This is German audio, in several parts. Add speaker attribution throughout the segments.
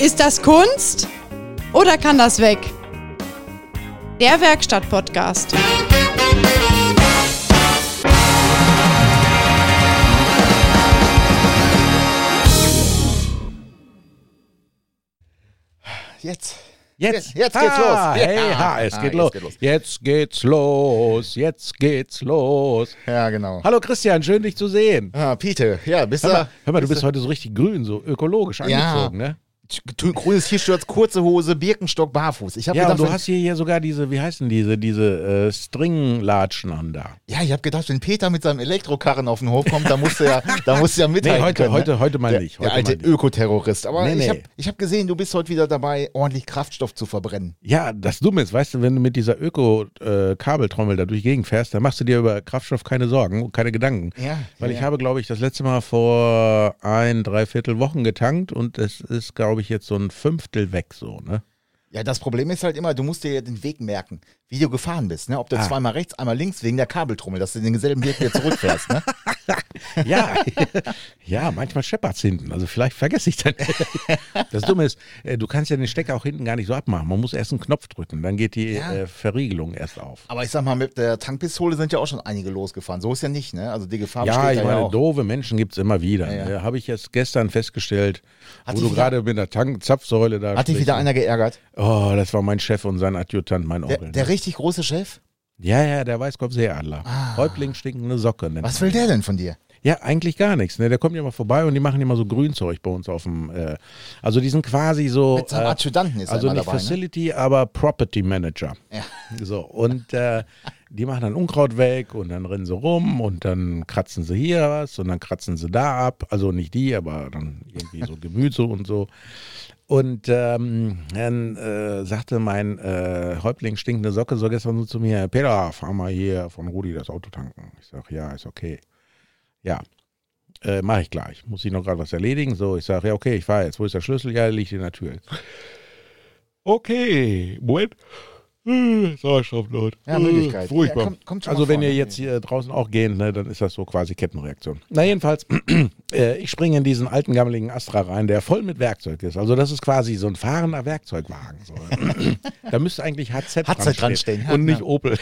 Speaker 1: Ist das Kunst oder kann das weg? Der Werkstatt-Podcast.
Speaker 2: Jetzt.
Speaker 3: Jetzt,
Speaker 2: Jetzt geht's
Speaker 3: ha,
Speaker 2: los.
Speaker 3: Hey,
Speaker 2: Ja.
Speaker 3: ha, es
Speaker 2: Ah,
Speaker 3: geht,
Speaker 2: jetzt
Speaker 3: los.
Speaker 2: geht los.
Speaker 3: Jetzt geht's los. Jetzt geht's los.
Speaker 2: Ja, genau.
Speaker 3: Hallo Christian, schön dich zu sehen.
Speaker 2: Ah, Pete, ja, bist
Speaker 3: Hör mal,
Speaker 2: du.
Speaker 3: hör mal du bist heute so richtig grün, so ökologisch
Speaker 2: Ja.
Speaker 3: angezogen, ne?
Speaker 2: T- Grünes T-Shirt, kurze Hose, Birkenstock, barfuß. Ich habe
Speaker 3: Ja, und
Speaker 2: gedacht,
Speaker 3: du
Speaker 2: wenn-
Speaker 3: hast hier, hier sogar diese, wie heißen diese, diese äh, Stringlatschen an da.
Speaker 2: ja, ich habe gedacht, wenn Peter mit seinem Elektrokarren auf den Hof kommt, da musst du ja, da musst du ja mithalten
Speaker 3: Nee, heute-
Speaker 2: können, ne?
Speaker 3: heute- heute mal
Speaker 2: der,
Speaker 3: nicht,
Speaker 2: Der
Speaker 3: heute
Speaker 2: alte
Speaker 3: mal nicht.
Speaker 2: Ökoterrorist. Aber
Speaker 3: Nee,
Speaker 2: ich
Speaker 3: nee.
Speaker 2: habe ich hab gesehen, du bist heute wieder dabei, ordentlich Kraftstoff zu verbrennen.
Speaker 3: Ja, das Dumme ist, weißt du, wenn du mit dieser Öko-Kabeltrommel da durch die Gegend fährst, dann machst du dir über Kraftstoff keine Sorgen, und keine Gedanken.
Speaker 2: Ja,
Speaker 3: Weil
Speaker 2: ja,
Speaker 3: ich
Speaker 2: ja.
Speaker 3: habe, glaube ich, das letzte Mal vor ein, dreiviertel Wochen getankt und es ist, glaube ich, jetzt so ein Fünftel weg so, ne?
Speaker 2: Ja, das Problem ist halt immer, du musst dir ja den Weg merken, wie du gefahren bist. Ne? Ob du zweimal rechts, einmal links, wegen der Kabeltrommel, dass du denselben Weg wieder zurückfährst. Ne?
Speaker 3: Ja, ja, manchmal scheppert's hinten. Also vielleicht vergesse ich dann. Das Dumme ist, äh, du kannst ja den Stecker auch hinten gar nicht so abmachen. Man muss erst einen Knopf drücken, dann geht die
Speaker 2: Ja.
Speaker 3: äh, Verriegelung erst auf.
Speaker 2: Aber ich sag mal, mit der Tankpistole sind ja auch schon einige losgefahren. So ist ja nicht, ne? Also die Gefahr
Speaker 3: Ja,
Speaker 2: besteht
Speaker 3: ich
Speaker 2: da ja
Speaker 3: meine,
Speaker 2: auch.
Speaker 3: doofe Menschen gibt's immer wieder.
Speaker 2: Ja, ja.
Speaker 3: ne? Habe ich jetzt gestern festgestellt,
Speaker 2: Hat
Speaker 3: wo
Speaker 2: dich
Speaker 3: du
Speaker 2: wieder-
Speaker 3: gerade mit der Tank Zapfsäule da
Speaker 2: Hat dich
Speaker 3: sprichst.
Speaker 2: wieder einer geärgert?
Speaker 3: Oh, das war mein Chef und sein Adjutant, mein
Speaker 2: Der,
Speaker 3: Onkel.
Speaker 2: der richtig große Chef?
Speaker 3: ja, ja, der Weißkopfseeadler. Häuptling stinkende Socke. Nennt
Speaker 2: Ah. Was will der denn von dir?
Speaker 3: Ja, eigentlich gar nichts. Ne? Der kommt ja mal vorbei und die machen immer so Grünzeug bei uns auf dem. Äh, also die sind quasi so.
Speaker 2: Mit seinem Adjutanten ist er
Speaker 3: Also
Speaker 2: immer
Speaker 3: nicht
Speaker 2: dabei, ne?
Speaker 3: Facility, aber Property Manager.
Speaker 2: Ja.
Speaker 3: So, und äh, die machen dann Unkraut weg und dann rennen sie rum und dann kratzen sie hier was und dann kratzen sie da ab. Also nicht die, aber dann irgendwie so Gemüse und so. Und ähm, dann äh, sagte mein äh, Häuptling stinkende Socke so gestern so zu mir, Peter, fahr mal hier von Rudi das Auto tanken. Ich sag, ja, ist okay. Ja, äh, mache ich gleich. Muss ich noch gerade was erledigen? So, ich sage, ja, okay, ich fahre jetzt. Wo ist der Schlüssel? Ja, der liegt in der Tür. Okay, Moment. Äh, Sauerstoffnot.
Speaker 2: Ja, Müdigkeit.
Speaker 3: Äh, Furchtbar.
Speaker 2: Ja, kommt- kommt schon mal
Speaker 3: also, wenn
Speaker 2: vor,
Speaker 3: ihr
Speaker 2: ne?
Speaker 3: jetzt hier draußen auch gehen, ne, dann ist das so quasi Kettenreaktion. Na, jedenfalls, äh, ich springe in diesen alten, gammeligen Astra rein, der voll mit Werkzeug ist. Also, das ist quasi so ein fahrender Werkzeugwagen. So. da müsste eigentlich HZ,
Speaker 2: HZ dran stehen, ja,
Speaker 3: und nicht
Speaker 2: ja.
Speaker 3: Opel.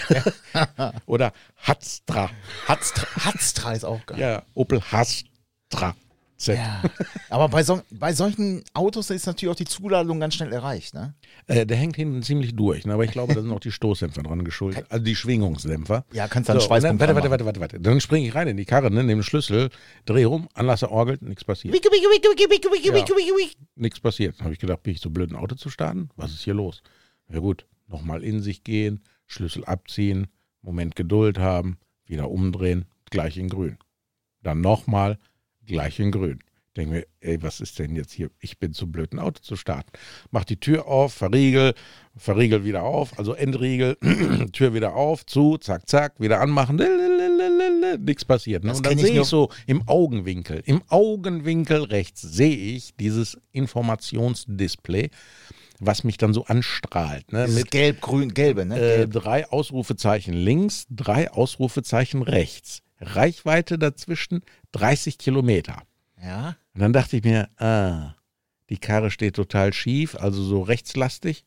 Speaker 3: Oder Hatstra.
Speaker 2: Hatztra, Hatztra ist auch geil.
Speaker 3: Ja, Opel Hastra. Z.
Speaker 2: Ja. Aber bei, so, bei solchen Autos ist natürlich auch die Zuladung ganz schnell erreicht, ne?
Speaker 3: Äh, der hängt hinten ziemlich durch, ne? aber ich glaube, da sind auch die Stoßdämpfer dran geschuldet. Also die Schwingungsdämpfer.
Speaker 2: Ja, kannst du einen
Speaker 3: und dann,
Speaker 2: Schweißpunkt
Speaker 3: warte, warte,
Speaker 2: anmachen.
Speaker 3: warte, warte, warte. Dann springe ich rein in die Karre, ne? nehme den Schlüssel, drehe rum, Anlasser orgelt, nichts passiert.
Speaker 2: Wicke, wicke, wicke, wicke, wicke, wicke,
Speaker 3: Ja.
Speaker 2: wicke, wicke, wicke.
Speaker 3: Nichts passiert. Habe ich gedacht, bin ich so blöd, ein Auto zu starten? Was ist hier los? Ja gut, nochmal in sich gehen, Schlüssel abziehen, Moment Geduld haben, wieder umdrehen, gleich in grün. Dann nochmal, gleich in grün. Denke mir, ey, was ist denn jetzt hier? Ich bin zu blöd, ein Auto zu starten. Mach die Tür auf, verriegel, verriegel wieder auf, also Endriegel, Tür wieder auf, zu, zack, zack, wieder anmachen, lalalala, nichts passiert. Ne?
Speaker 2: Das
Speaker 3: Und dann
Speaker 2: kenn ich
Speaker 3: sehe
Speaker 2: nur-
Speaker 3: ich so im Augenwinkel, im Augenwinkel rechts sehe ich dieses Informationsdisplay, was mich dann so anstrahlt. Ne?
Speaker 2: Dieses
Speaker 3: Mit
Speaker 2: gelb, grün, gelbe, ne?
Speaker 3: äh,
Speaker 2: Gelb.
Speaker 3: drei Ausrufezeichen links, drei Ausrufezeichen rechts. Reichweite dazwischen 30 Kilometer.
Speaker 2: Ja.
Speaker 3: Und dann dachte ich mir, ah, die Karre steht total schief, also so rechtslastig.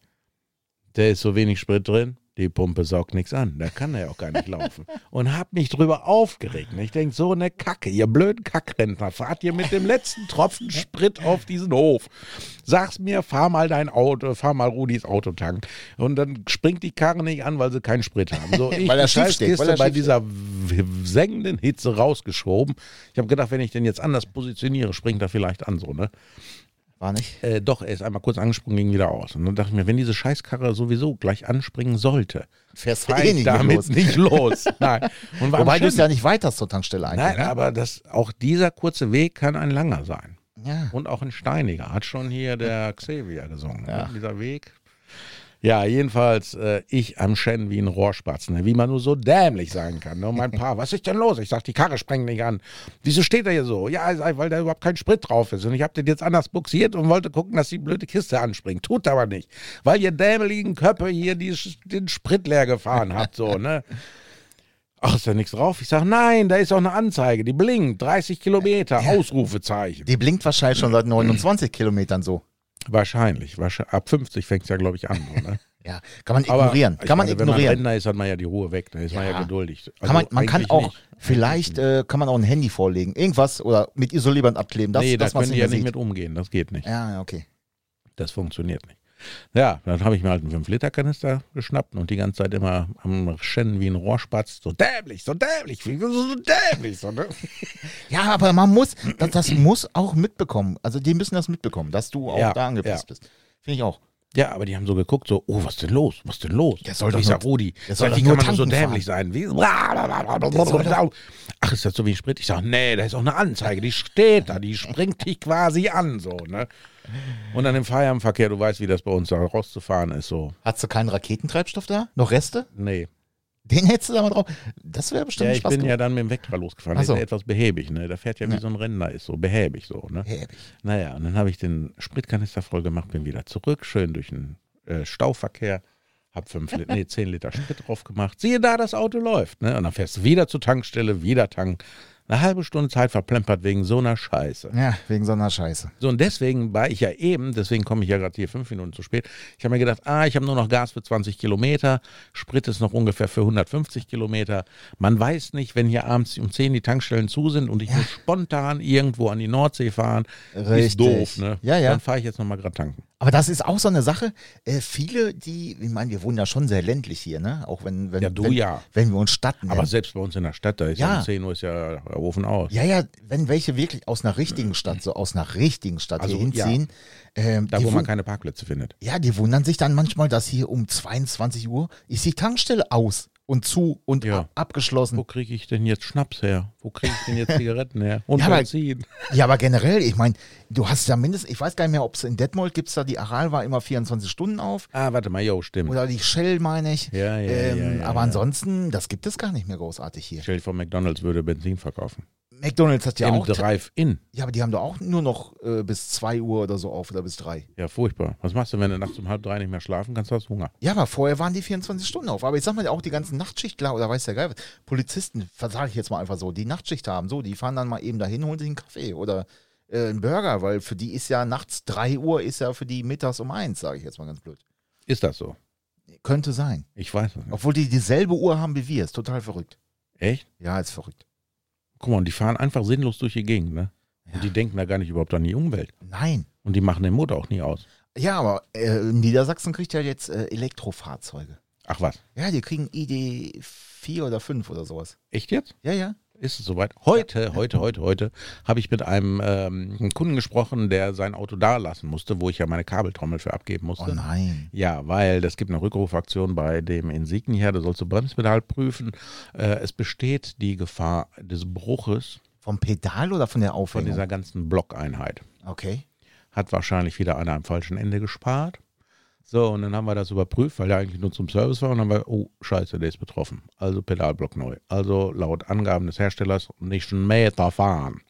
Speaker 3: Der ist so wenig Sprit drin, die Pumpe saugt nichts an. Da kann er ja auch gar nicht laufen. Und hab mich drüber aufgeregt. Und ich denk, so eine Kacke, ihr blöden Kackrentner, fahrt ihr mit dem letzten Tropfen Sprit auf diesen Hof. Sag's mir, fahr mal dein Auto, fahr mal Rudis Autotank. Und dann springt die Karre nicht an, weil sie keinen Sprit haben. So, ich
Speaker 2: Weil er
Speaker 3: die
Speaker 2: schief steht,
Speaker 3: Scheißkiste
Speaker 2: weil er
Speaker 3: bei
Speaker 2: schief
Speaker 3: dieser w- sengenden Hitze rausgeschoben. Ich habe gedacht, wenn ich den jetzt anders positioniere, springt er vielleicht an, so, ne?
Speaker 2: War nicht.
Speaker 3: Äh, doch, er ist einmal kurz angesprungen, ging wieder aus. Und dann dachte ich mir, wenn diese Scheißkarre sowieso gleich anspringen sollte,
Speaker 2: Fährst
Speaker 3: fahr
Speaker 2: eh
Speaker 3: ich
Speaker 2: nicht
Speaker 3: damit
Speaker 2: damit los.
Speaker 3: nicht los. Nein. Und war am
Speaker 2: Wobei du es
Speaker 3: Schimpfen.
Speaker 2: ja nicht weiter zur Tankstelle eigentlich.
Speaker 3: Nein, aber das, auch dieser kurze Weg kann ein langer sein.
Speaker 2: Ja.
Speaker 3: Und auch ein steiniger. Hat schon hier der Xavier gesungen.
Speaker 2: Ja.
Speaker 3: Ne? Dieser Weg. Ja, jedenfalls, äh, ich am Schennen wie ein Rohrspatz, ne? wie man nur so dämlich sein kann. Ne? Und mein Paar, was ist denn los? Ich sag, die Karre sprengt nicht an. Wieso steht er hier so? Ja, ich sag, weil da überhaupt kein Sprit drauf ist. Und ich hab den jetzt anders buxiert und wollte gucken, dass die blöde Kiste anspringt. Tut aber nicht. Weil ihr dämeligen Köppe hier die, den Sprit leer gefahren habt, so, ne? Ach, ist da nichts drauf? Ich sag, nein, da ist auch eine Anzeige, die blinkt, 30 Kilometer, Ausrufezeichen.
Speaker 2: Die blinkt wahrscheinlich schon seit 29 Kilometern so.
Speaker 3: Wahrscheinlich. wahrscheinlich. Ab 50 fängt es ja, glaube ich, an. Oder?
Speaker 2: Ja, kann man ignorieren.
Speaker 3: ich
Speaker 2: Kann man
Speaker 3: meine, Wenn man
Speaker 2: ignorieren.
Speaker 3: Rentner ist, hat man ja die Ruhe weg. Da ist man
Speaker 2: Ja.
Speaker 3: ja geduldig. Also
Speaker 2: kann man, man kann
Speaker 3: eigentlich
Speaker 2: auch,
Speaker 3: nicht.
Speaker 2: vielleicht äh, kann man auch ein Handy vorlegen. Irgendwas oder mit Isolierband abkleben. Das,
Speaker 3: nee, da
Speaker 2: dass man's
Speaker 3: können die ja
Speaker 2: mehr
Speaker 3: nicht
Speaker 2: sieht.
Speaker 3: mit umgehen. Das geht nicht.
Speaker 2: Ja, ja, okay.
Speaker 3: Das funktioniert nicht. Ja, dann habe ich mir halt einen 5-Liter-Kanister geschnappt und die ganze Zeit immer am Schennen wie ein Rohrspatz. So dämlich, so dämlich, wie- so dämlich. So, ne?
Speaker 2: Ja, aber man muss, das, das muss auch mitbekommen. Also die müssen das mitbekommen, dass du auch
Speaker 3: Ja,
Speaker 2: da angepisst
Speaker 3: ja.
Speaker 2: bist. Finde ich auch.
Speaker 3: Ja, aber die haben so geguckt, so, oh, was denn los? Was denn los?
Speaker 2: Der soll doch
Speaker 3: ich sag,
Speaker 2: nur-
Speaker 3: Rudi,
Speaker 2: der soll
Speaker 3: wie
Speaker 2: doch nur
Speaker 3: kann man nur so
Speaker 2: tanken
Speaker 3: dämlich sein? Wie, Ach, ist das so wie Sprit? Ich sag, nee, da ist auch eine Anzeige, die steht da, die springt dich quasi an, so, ne? Und dann im Feierabendverkehr, du weißt, wie das bei uns da rauszufahren ist, so,
Speaker 2: Hast du keinen Raketentreibstoff da? Noch Reste?
Speaker 3: nee.
Speaker 2: Den hättest du da mal drauf. Das wäre bestimmt
Speaker 3: Ja, ich
Speaker 2: Spaß
Speaker 3: bin ja
Speaker 2: gemacht.
Speaker 3: dann mit dem Vectra losgefahren,
Speaker 2: Ach
Speaker 3: der ist
Speaker 2: so.
Speaker 3: ja etwas behäbig, ne? Der fährt ja wie
Speaker 2: Ja.
Speaker 3: so ein Renner, ist so behäbig, so, ne?
Speaker 2: Häbig.
Speaker 3: Naja, und dann habe ich den Spritkanister voll gemacht, bin wieder zurück, schön durch den äh, Stauverkehr, habe fünf Liter, nee, zehn Liter Sprit drauf gemacht. Siehe da, das Auto läuft. Ne? Und dann fährst du wieder zur Tankstelle, wieder tanken. Eine halbe Stunde Zeit verplempert wegen so einer Scheiße.
Speaker 2: Ja, wegen so einer Scheiße.
Speaker 3: So, und deswegen war ich ja eben, deswegen komme ich ja gerade hier fünf Minuten zu spät. Ich habe mir gedacht, ah, ich habe nur noch Gas für 20 Kilometer, Sprit ist noch ungefähr für 150 Kilometer. Man weiß nicht, wenn hier abends um 10 die Tankstellen zu sind und ich muss spontan irgendwo an die Nordsee fahren,
Speaker 2: Richtig.
Speaker 3: ist doof, ne?
Speaker 2: Ja, ja.
Speaker 3: Dann fahre ich jetzt nochmal gerade tanken.
Speaker 2: Aber das ist auch so eine Sache. Äh, viele, die, ich meine, wir wohnen ja schon sehr ländlich hier, ne? Auch wenn, wenn,
Speaker 3: Ja, du
Speaker 2: wenn,
Speaker 3: ja.
Speaker 2: wenn wir uns Stadt nennen.
Speaker 3: Aber selbst bei uns in der Stadt, da ist
Speaker 2: Ja.
Speaker 3: ja um 10 Uhr ist ja der Ofen aus.
Speaker 2: ja, ja, wenn welche wirklich aus einer richtigen Stadt, so aus einer richtigen Stadt
Speaker 3: Also,
Speaker 2: hier hinziehen, ähm,
Speaker 3: Da,
Speaker 2: die Hm.
Speaker 3: wo man
Speaker 2: wun-
Speaker 3: keine Parkplätze findet.
Speaker 2: Ja, die wundern sich dann manchmal, dass hier um 22 Uhr ist die Tankstelle aus und zu und
Speaker 3: Ja.
Speaker 2: ab, abgeschlossen.
Speaker 3: Wo kriege ich denn jetzt Schnaps her? Wo kriege ich denn jetzt Zigaretten her? Und
Speaker 2: Ja, aber-
Speaker 3: Benzin.
Speaker 2: Ja, aber generell, ich meine, du hast ja mindestens, ich weiß gar nicht mehr, ob es in Detmold gibt, da die Aral war immer 24 Stunden auf
Speaker 3: Ah, warte mal, jo, stimmt.
Speaker 2: oder die Shell, meine ich. Ähm,
Speaker 3: Ja, ja, ja, ja,
Speaker 2: aber
Speaker 3: ja.
Speaker 2: ansonsten, das gibt es gar nicht mehr großartig hier.
Speaker 3: Stell dir vor, McDonalds würde Benzin verkaufen.
Speaker 2: McDonalds hat ja
Speaker 3: Im
Speaker 2: auch,
Speaker 3: Drive-In.
Speaker 2: ja, aber die haben da auch nur noch äh, bis 2 Uhr oder so auf oder bis 3.
Speaker 3: Ja, furchtbar. Was machst du, wenn du nachts um halb drei nicht mehr schlafen kannst? Hast Hunger.
Speaker 2: Ja, aber vorher waren die 24 Stunden auf. Aber ich sag mal, auch die ganzen Nachtschichtler oder weiß der Geil was, Polizisten, sage ich jetzt mal einfach so, die Nachtschicht haben, so, die fahren dann mal eben dahin, holen sich einen Kaffee oder äh, einen Burger, weil für die ist ja nachts 3 Uhr, ist ja für die mittags um 1, sage ich jetzt mal ganz blöd.
Speaker 3: Ist das so?
Speaker 2: Könnte sein.
Speaker 3: Ich weiß es nicht.
Speaker 2: Obwohl die dieselbe Uhr haben wie wir, ist total verrückt.
Speaker 3: Echt?
Speaker 2: Ja, ist verrückt.
Speaker 3: Guck mal, und die fahren einfach sinnlos durch die Gegend, ne?
Speaker 2: Ja.
Speaker 3: Und die denken da gar nicht überhaupt an die Umwelt.
Speaker 2: Nein.
Speaker 3: Und die machen den Motor auch nie aus.
Speaker 2: Ja, aber äh, Niedersachsen kriegt ja jetzt äh, Elektrofahrzeuge.
Speaker 3: Ach was?
Speaker 2: Ja, die kriegen ID 4 oder 5 oder sowas.
Speaker 3: Echt jetzt?
Speaker 2: Ja, ja.
Speaker 3: Ist es soweit? Heute, heute, heute, heute habe ich mit einem ähm, Kunden gesprochen, der sein Auto da lassen musste, wo ich ja meine Kabeltrommel für
Speaker 2: Oh
Speaker 3: abgeben musste.
Speaker 2: nein.
Speaker 3: Ja, weil es gibt eine Rückrufaktion bei dem Insignia, da sollst du Bremspedal prüfen. Äh, es besteht die Gefahr des Bruches
Speaker 2: Vom Pedal oder von der
Speaker 3: von
Speaker 2: Aufhängung?
Speaker 3: dieser ganzen Blockeinheit.
Speaker 2: okay.
Speaker 3: Hat wahrscheinlich wieder einer am falschen Ende gespart. So, und dann haben wir das überprüft, weil der eigentlich nur zum Service war und dann haben wir, oh, scheiße, der ist betroffen. Also Pedalblock neu. Also laut Angaben des Herstellers nicht einen Meter fahren.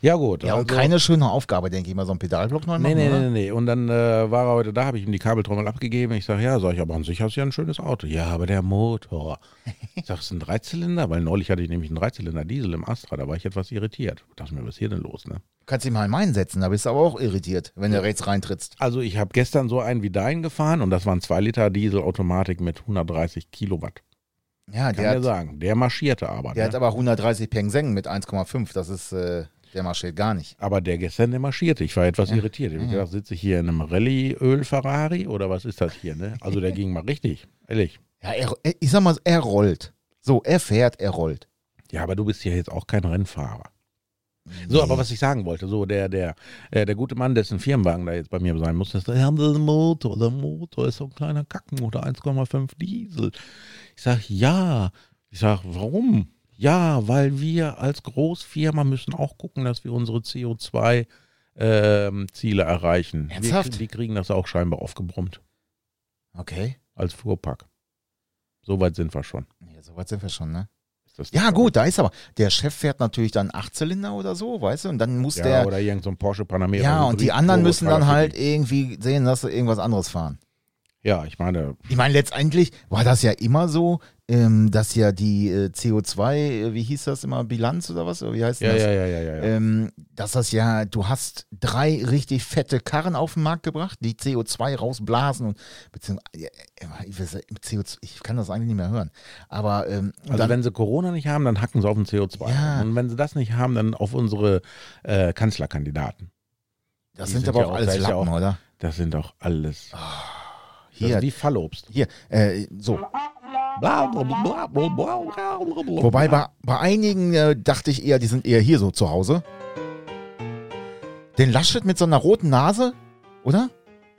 Speaker 3: Ja gut.
Speaker 2: Ja,
Speaker 3: also,
Speaker 2: und keine schöne Aufgabe, denke ich mal, so einen Pedalblock neu machen,
Speaker 3: Nee, nee,
Speaker 2: oder?
Speaker 3: nee, nee. Und dann äh, war er heute da, habe ich ihm die Kabeltrommel abgegeben. Ich sage, ja, sag ich, aber an sich hast du ja ein schönes Auto. Ja, aber der Motor. Ich sage, es ist ein Dreizylinder, weil neulich hatte ich nämlich einen Dreizylinder Diesel im Astra, da war ich etwas irritiert. Ich dachte mir, was ist hier denn los, ne?
Speaker 2: Kannst dich mal in meinen setzen, da bist du aber auch irritiert, wenn du rechts reintrittst.
Speaker 3: Also ich habe gestern so einen wie deinen gefahren und das war ein 2 Liter Dieselautomatik mit 130 Kilowatt.
Speaker 2: Ja,
Speaker 3: Kann
Speaker 2: der,
Speaker 3: ja
Speaker 2: hat,
Speaker 3: sagen, der marschierte aber.
Speaker 2: der
Speaker 3: ne?
Speaker 2: hat aber 130 Peng Seng mit 1,5, das ist, äh, der marschiert gar nicht.
Speaker 3: Aber der gestern, der marschierte. Ich war etwas irritiert. Ich
Speaker 2: Mhm.
Speaker 3: habe gedacht, sitze ich hier in einem Rallye-Öl-Ferrari oder was ist das hier? Ne? Also der ging mal richtig, ehrlich.
Speaker 2: Ja, er, er- Äh, ich sag mal, er rollt. So, er fährt, er rollt.
Speaker 3: Ja, aber du bist ja jetzt auch kein Rennfahrer. So, aber was ich sagen wollte, so der, der, äh, der gute Mann, dessen Firmenwagen da jetzt bei mir sein muss, ist, ja, den Motor, der Motor ist so ein kleiner Kackmotor, 1,5 Diesel. Ich sage, ja. Ich sage, warum? Ja, weil wir als Großfirma müssen auch gucken, dass wir unsere CO2-Ziele ähm, erreichen. Wir-
Speaker 2: Ernsthaft?
Speaker 3: Die kriegen das auch scheinbar aufgebrummt
Speaker 2: Okay.
Speaker 3: als Fuhrpark. Soweit sind wir schon.
Speaker 2: Ja, so weit sind wir schon, ne?
Speaker 3: Ist das
Speaker 2: Ja,
Speaker 3: nicht
Speaker 2: gut, da ist aber, der Chef fährt natürlich dann Achtzylinder oder so, weißt du, und dann muss
Speaker 3: verrückt? Ja,
Speaker 2: der,
Speaker 3: oder irgendein so ein Porsche Panamera.
Speaker 2: ja, und die
Speaker 3: Hybrid,
Speaker 2: anderen müssen dann
Speaker 3: Turbofahrer
Speaker 2: halt
Speaker 3: für
Speaker 2: irgendwie sehen, dass sie irgendwas anderes fahren.
Speaker 3: die- Ja, ich meine,
Speaker 2: Ich meine, letztendlich war das ja immer so, äh, ähm, dass ja die äh, CO2, äh, wie hieß das immer, Bilanz oder was? Oder wie heißt
Speaker 3: Ja,
Speaker 2: das?
Speaker 3: ja, ja, ja, ja. ja.
Speaker 2: Ähm, dass das ja, du hast drei richtig fette Karren auf den Markt gebracht, die CO2 rausblasen und beziehungsweise äh, ich, weiß, CO2, ich kann das eigentlich nicht mehr hören. Aber ähm, und
Speaker 3: also
Speaker 2: dann,
Speaker 3: wenn sie Corona nicht haben, dann hacken sie auf den CO2.
Speaker 2: Ja.
Speaker 3: Und wenn sie das nicht haben, dann auf unsere äh, Kanzlerkandidaten.
Speaker 2: das
Speaker 3: die
Speaker 2: sind
Speaker 3: sind
Speaker 2: aber
Speaker 3: ja
Speaker 2: auch
Speaker 3: auch
Speaker 2: alles
Speaker 3: gleich ja
Speaker 2: Lappen,
Speaker 3: auch-
Speaker 2: oder?
Speaker 3: Das sind doch alles. Das
Speaker 2: Hier,
Speaker 3: sind wie Fallobst.
Speaker 2: hier, äh, so.
Speaker 3: Bla, bla, bla, bla, bla, bla, bla, bla.
Speaker 2: Wobei bei, bei einigen äh, dachte ich eher, die sind eher hier so zu Hause. Den Laschet mit so einer roten Nase, oder?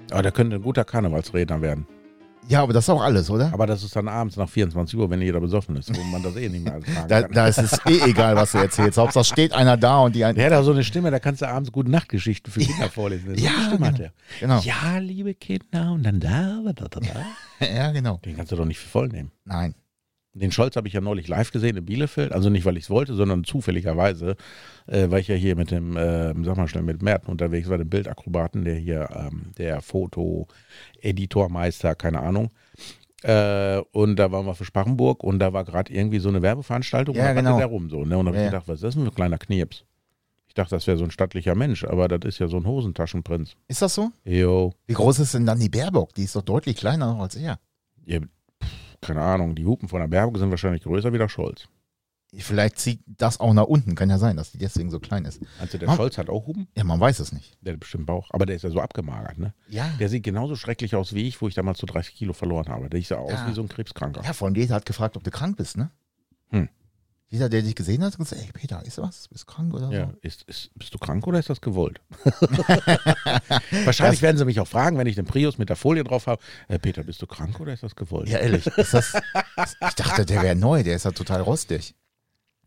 Speaker 3: Aber der könnte ein guter Karnevalsredner werden.
Speaker 2: Ja, aber das ist auch alles, oder?
Speaker 3: Aber das ist dann abends nach 24 Uhr, wenn jeder besoffen ist, wo man das eh nicht mehr ertragen
Speaker 2: Da,
Speaker 3: kann.
Speaker 2: da ist es eh egal, was du erzählst. Hauptsache steht einer da und die ein.
Speaker 3: Der hat auch so eine Stimme, da kannst du abends gute Nachtgeschichten für Kinder vorlesen. So eine
Speaker 2: Ja,
Speaker 3: Stimme hat er.
Speaker 2: Genau.
Speaker 3: Ja, liebe Kinder, und dann da, da, da, da, da.
Speaker 2: Ja, genau.
Speaker 3: Den kannst du doch nicht für voll nehmen.
Speaker 2: Nein.
Speaker 3: Den Scholz habe ich ja neulich live gesehen in Bielefeld. Also nicht, weil ich es wollte, sondern zufälligerweise, äh, weil ich ja hier mit dem, äh, sag mal schnell, mit Merten unterwegs war, dem Bildakrobaten, der hier, ähm, der Foto-Editormeister, keine Ahnung. Äh, und da waren wir für Sparrenburg und da war gerade irgendwie so eine Werbeveranstaltung
Speaker 2: Ja,
Speaker 3: und da rannte
Speaker 2: genau.
Speaker 3: der rum so. Ne? Und da habe
Speaker 2: Ja,
Speaker 3: ich
Speaker 2: ja.
Speaker 3: gedacht, was ist das denn für ein kleiner Knirps? Ich dachte, das wäre so ein stattlicher Mensch, aber das ist ja so ein Hosentaschenprinz.
Speaker 2: Ist das so?
Speaker 3: Jo,
Speaker 2: Wie groß ist denn dann die Baerbock? Die ist doch deutlich kleiner noch als er.
Speaker 3: ihr, pff, keine Ahnung, die Hupen von der Werbung sind wahrscheinlich größer wie der Scholz.
Speaker 2: Vielleicht zieht das auch nach unten. Kann ja sein, dass die deswegen so klein ist.
Speaker 3: Also der
Speaker 2: Mom-
Speaker 3: Scholz hat auch Hupen?
Speaker 2: Ja, man weiß es nicht.
Speaker 3: Der hat bestimmt Bauch. Aber der ist ja so abgemagert, ne?
Speaker 2: Ja.
Speaker 3: Der sieht genauso schrecklich aus wie ich, wo ich damals so 30 Kilo verloren habe. Der sah aus
Speaker 2: Ja.
Speaker 3: wie so ein Krebskranker.
Speaker 2: Ja, vor allem jeder hat gefragt, ob du krank bist, ne?
Speaker 3: Hm.
Speaker 2: Jeder, der dich gesehen hat, hat gesagt, ey Peter, ist was? Bist krank oder
Speaker 3: Ja.
Speaker 2: so?
Speaker 3: Ist, ist, bist du krank oder ist das gewollt? Wahrscheinlich werden sie mich auch fragen, wenn ich den Prius mit der Folie drauf habe. Äh, Peter, bist du krank oder ist das gewollt?
Speaker 2: Ja, ehrlich. Ist das, ich dachte, der wäre neu, der ist ja total rostig.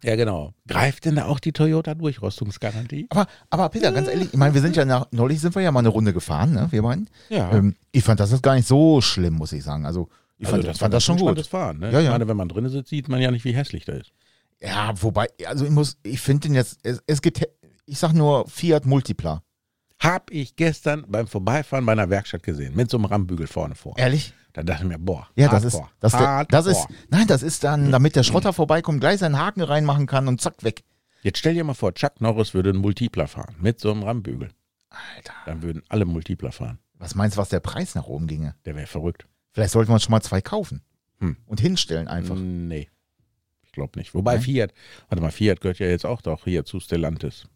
Speaker 3: Ja, genau. Greift denn da auch die Toyota-Durchrostungsgarantie?
Speaker 2: Aber, aber Peter, ganz ehrlich, ich meine, wir sind ja nach, neulich sind wir ja mal eine Runde gefahren, ne? Wir beiden.
Speaker 3: Ja.
Speaker 2: Ähm, ich fand das jetzt gar nicht so schlimm, muss ich sagen. Also, ich fand, fand das schon gut.
Speaker 3: Das Fahren, ne?
Speaker 2: Ja, ja.
Speaker 3: Ich meine, wenn man drinnen sitzt, sieht man ja nicht, wie hässlich der ist.
Speaker 2: Ja, wobei, also ich muss, ich finde den jetzt, es, es gibt, ich sag nur Fiat Multipla.
Speaker 3: Hab ich gestern beim Vorbeifahren bei einer Werkstatt gesehen, mit so einem Rammbügel vorne vor.
Speaker 2: Ehrlich?
Speaker 3: Da dachte ich mir, boah,
Speaker 2: Ja, das ist,
Speaker 3: Hardcore,
Speaker 2: das, der, das ist,
Speaker 3: Hardcore.
Speaker 2: nein, das ist dann, damit der Schrotter vorbeikommt, gleich seinen Haken reinmachen kann und zack, weg.
Speaker 3: Jetzt stell dir mal vor, Chuck Norris würde einen Multipler fahren mit so einem Rammbügel.
Speaker 2: Alter.
Speaker 3: Dann würden alle Multipler fahren.
Speaker 2: Was meinst du, was der Preis nach oben ginge?
Speaker 3: Der wäre verrückt.
Speaker 2: Vielleicht sollten wir uns schon mal zwei kaufen.
Speaker 3: Hm.
Speaker 2: Und hinstellen einfach.
Speaker 3: Nee. Ich glaube nicht. Wobei
Speaker 2: Nein?
Speaker 3: Fiat, warte mal, Fiat gehört ja jetzt auch doch hier zu Stellantis.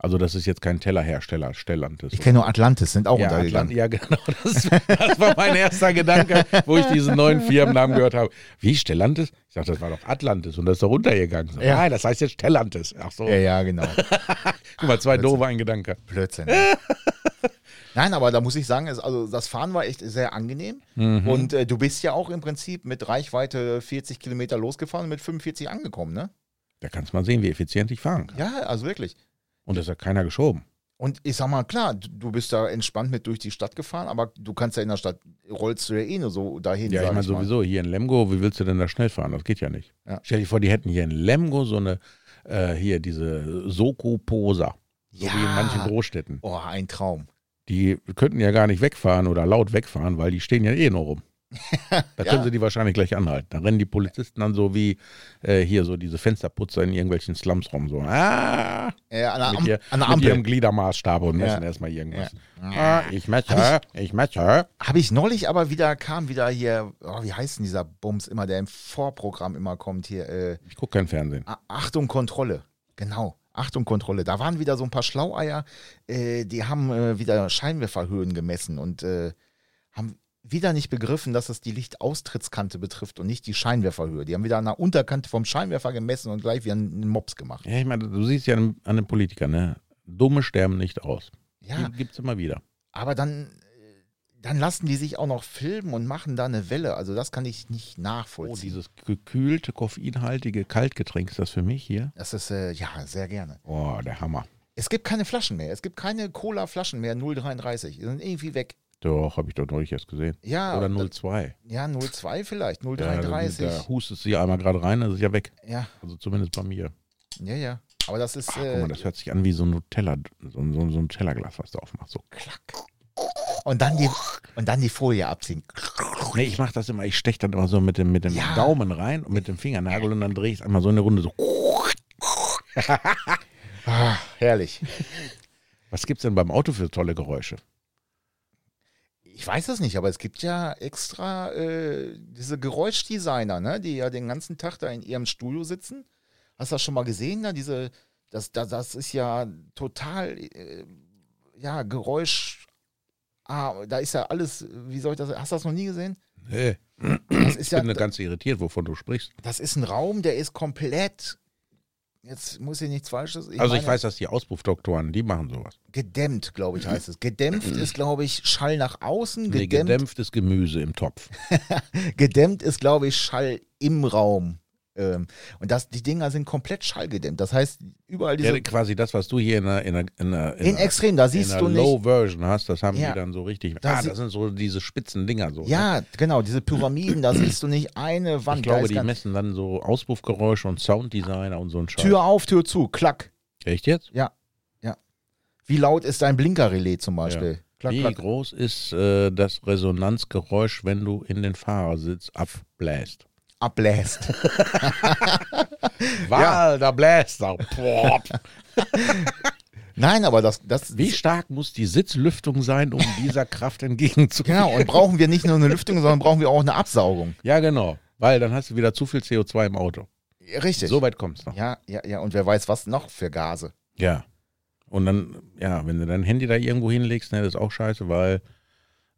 Speaker 3: Also das ist jetzt kein Tellerhersteller, Stellantis.
Speaker 2: Ich kenne nur Atlantis, sind auch
Speaker 3: ja, Atlant,
Speaker 2: untergegangen.
Speaker 3: ja, genau. Das, das war mein erster Gedanke, wo ich diesen neuen Firmennamen gehört habe. Wie, Stellantis? Ich dachte, das war doch Atlantis und das ist doch runtergegangen. So,
Speaker 2: Ja.
Speaker 3: Nein, das heißt jetzt Stellantis. Ach so.
Speaker 2: Ja, ja, genau.
Speaker 3: Guck mal, zwei
Speaker 2: Blödsinn.
Speaker 3: doofe, ein Gedanke.
Speaker 2: Blödsinn. ey. Nein, aber da muss ich sagen, es, also das Fahren war echt sehr angenehm.
Speaker 3: Mhm.
Speaker 2: Und äh, du bist ja auch im Prinzip mit Reichweite 40 Kilometer losgefahren und mit 45 angekommen, ne?
Speaker 3: Da kannst du mal sehen, wie effizient ich fahren kann.
Speaker 2: Ja, also wirklich.
Speaker 3: Und das hat keiner geschoben.
Speaker 2: Und ich sag mal, klar, du- du bist da entspannt mit durch die Stadt gefahren, aber du kannst ja in der Stadt, rollst du ja eh nur so dahin.
Speaker 3: Ja, ich
Speaker 2: sag
Speaker 3: meine
Speaker 2: mal.
Speaker 3: sowieso, hier in Lemgo, wie willst du denn da schnell fahren? Das geht ja nicht.
Speaker 2: Ja.
Speaker 3: Stell dir vor, die hätten hier in Lemgo so eine, äh, hier diese Soko-Poser, so wie in
Speaker 2: Ja.
Speaker 3: manchen Großstädten.
Speaker 2: Oh, ein Traum.
Speaker 3: Die könnten ja gar nicht wegfahren oder laut wegfahren, weil die stehen ja eh nur rum. Da
Speaker 2: Ja.
Speaker 3: können sie die wahrscheinlich gleich anhalten. Da rennen die Polizisten dann so wie äh, hier so diese Fensterputzer in irgendwelchen Slums rum. So, ah,
Speaker 2: Äh, an der,
Speaker 3: mit,
Speaker 2: Am
Speaker 3: ihr,
Speaker 2: an der
Speaker 3: mit ihrem
Speaker 2: Ampel.
Speaker 3: Gliedermaßstab und
Speaker 2: Ja.
Speaker 3: messen erstmal irgendwas.
Speaker 2: Ja.
Speaker 3: Ah, ich messe, ich messe.
Speaker 2: Habe ich neulich aber wieder, kam wieder hier, oh, wie heißt denn dieser Bums immer, der im Vorprogramm immer kommt hier? Äh,
Speaker 3: Ich gucke kein Fernsehen.
Speaker 2: A- Achtung, Kontrolle. Genau. Achtung, Kontrolle. Da waren wieder so ein paar Schlaueier, äh, die haben äh, wieder Scheinwerferhöhen gemessen und äh, haben wieder nicht begriffen, dass es die Lichtaustrittskante betrifft und nicht die Scheinwerferhöhe. Die haben wieder an der Unterkante vom Scheinwerfer gemessen und gleich wieder einen Mops gemacht.
Speaker 3: Ja, ich meine, du siehst ja an, an den Politikern, ne? Dumme sterben nicht aus.
Speaker 2: Ja,
Speaker 3: Die gibt es immer wieder. Oh,
Speaker 2: aber dann, äh, dann lassen die sich auch noch filmen und machen da eine Welle. Also das kann ich nicht
Speaker 3: Oh,
Speaker 2: nachvollziehen.
Speaker 3: dieses gekühlte, koffeinhaltige Kaltgetränk, ist das für mich hier?
Speaker 2: das ist, äh, ja, sehr gerne.
Speaker 3: Oh, der Hammer.
Speaker 2: Es gibt keine Flaschen mehr. Es gibt keine Cola-Flaschen mehr, 0,33. Die sind irgendwie weg.
Speaker 3: Doch, habe ich doch neulich erst gesehen.
Speaker 2: Ja,
Speaker 3: Oder
Speaker 2: da-
Speaker 3: 02.
Speaker 2: Ja, 02 vielleicht,
Speaker 3: Ja, da,
Speaker 2: 033. Ja,
Speaker 3: da hustest du ja einmal gerade rein, das ist ja weg.
Speaker 2: ja,
Speaker 3: Also zumindest bei mir.
Speaker 2: ja, Aber das ist.
Speaker 3: Ach,
Speaker 2: äh,
Speaker 3: guck mal, das hört sich an wie so ein Nutella, so, ein- so, ein- so ein Tellerglas, was du aufmachst. So klack.
Speaker 2: Und dann die, und dann die Folie abziehen.
Speaker 3: Nee, ich mache das immer, ich steche dann immer so mit dem, mit dem
Speaker 2: Ja.
Speaker 3: Daumen rein und mit dem Fingernagel und dann drehe ich es einmal so eine Runde so.
Speaker 2: Ah, Herrlich.
Speaker 3: Was gibt's denn beim Auto für tolle Geräusche?
Speaker 2: Ich weiß es nicht, aber es gibt ja extra äh, diese Geräuschdesigner, ne, die ja den ganzen Tag da in ihrem Studio sitzen. Hast du das schon mal gesehen? Da diese, das, das, das ist ja total, äh, ja, Geräusch. Ah, da ist ja alles, wie soll ich das, hast du das noch nie gesehen?
Speaker 3: Nee,
Speaker 2: Das ist
Speaker 3: ich
Speaker 2: ja,
Speaker 3: bin ganz irritiert, wovon du sprichst.
Speaker 2: das ist ein Raum, der ist komplett, jetzt muss ich nichts Falsches,
Speaker 3: also ich
Speaker 2: meine-
Speaker 3: weiß, dass die Auspuffdoktoren, die machen sowas.
Speaker 2: gedämmt, glaube ich, heißt es. Gedämpft ist, glaube ich, Schall nach außen,
Speaker 3: Mhm. Nee,
Speaker 2: gedämmt
Speaker 3: gedämpftes Gemüse im Topf.
Speaker 2: gedämmt ist, glaube ich, Schall im Raum. Ähm, und das, die Dinger sind komplett schallgedämmt. Das heißt, überall diese.
Speaker 3: Ja, quasi das, was du hier in der, in der, in der,
Speaker 2: in
Speaker 3: der-
Speaker 2: extrem, da
Speaker 3: in
Speaker 2: siehst
Speaker 3: der
Speaker 2: du nicht.
Speaker 3: Low-Version hast, das haben
Speaker 2: Ja.
Speaker 3: die dann so richtig.
Speaker 2: Da
Speaker 3: ah,
Speaker 2: sie-
Speaker 3: das sind so diese spitzen Dinger so. ne?
Speaker 2: Ja, genau, diese Pyramiden, da siehst du nicht eine Wand.
Speaker 3: Ich
Speaker 2: da
Speaker 3: glaube,
Speaker 2: ist
Speaker 3: die
Speaker 2: ganz-
Speaker 3: messen dann so Auspuffgeräusche und Sounddesigner und so ein Scheiß.
Speaker 2: Tür auf, Tür zu, klack.
Speaker 3: Echt jetzt?
Speaker 2: Wie laut ist dein Blinkerrelais zum Beispiel? Klack,
Speaker 3: Wie
Speaker 2: klack.
Speaker 3: groß ist äh, das Resonanzgeräusch, wenn du in den Fahrersitz abbläst?
Speaker 2: Abbläst.
Speaker 3: Wal, da bläst er. Boah.
Speaker 2: Nein, aber das. das
Speaker 3: Wie stark muss die Sitzlüftung sein, um dieser Kraft entgegenzukommen?
Speaker 2: Genau, und brauchen wir nicht nur eine Lüftung, sondern brauchen wir auch eine Absaugung.
Speaker 3: Ja, genau. Weil dann hast du wieder zu viel CO2 im Auto.
Speaker 2: Richtig.
Speaker 3: So weit kommt's noch.
Speaker 2: ja, ja, ja, und wer weiß, was noch für Gase.
Speaker 3: Ja. Und dann, ja, wenn du dein Handy da irgendwo hinlegst, ne, das ist auch scheiße, weil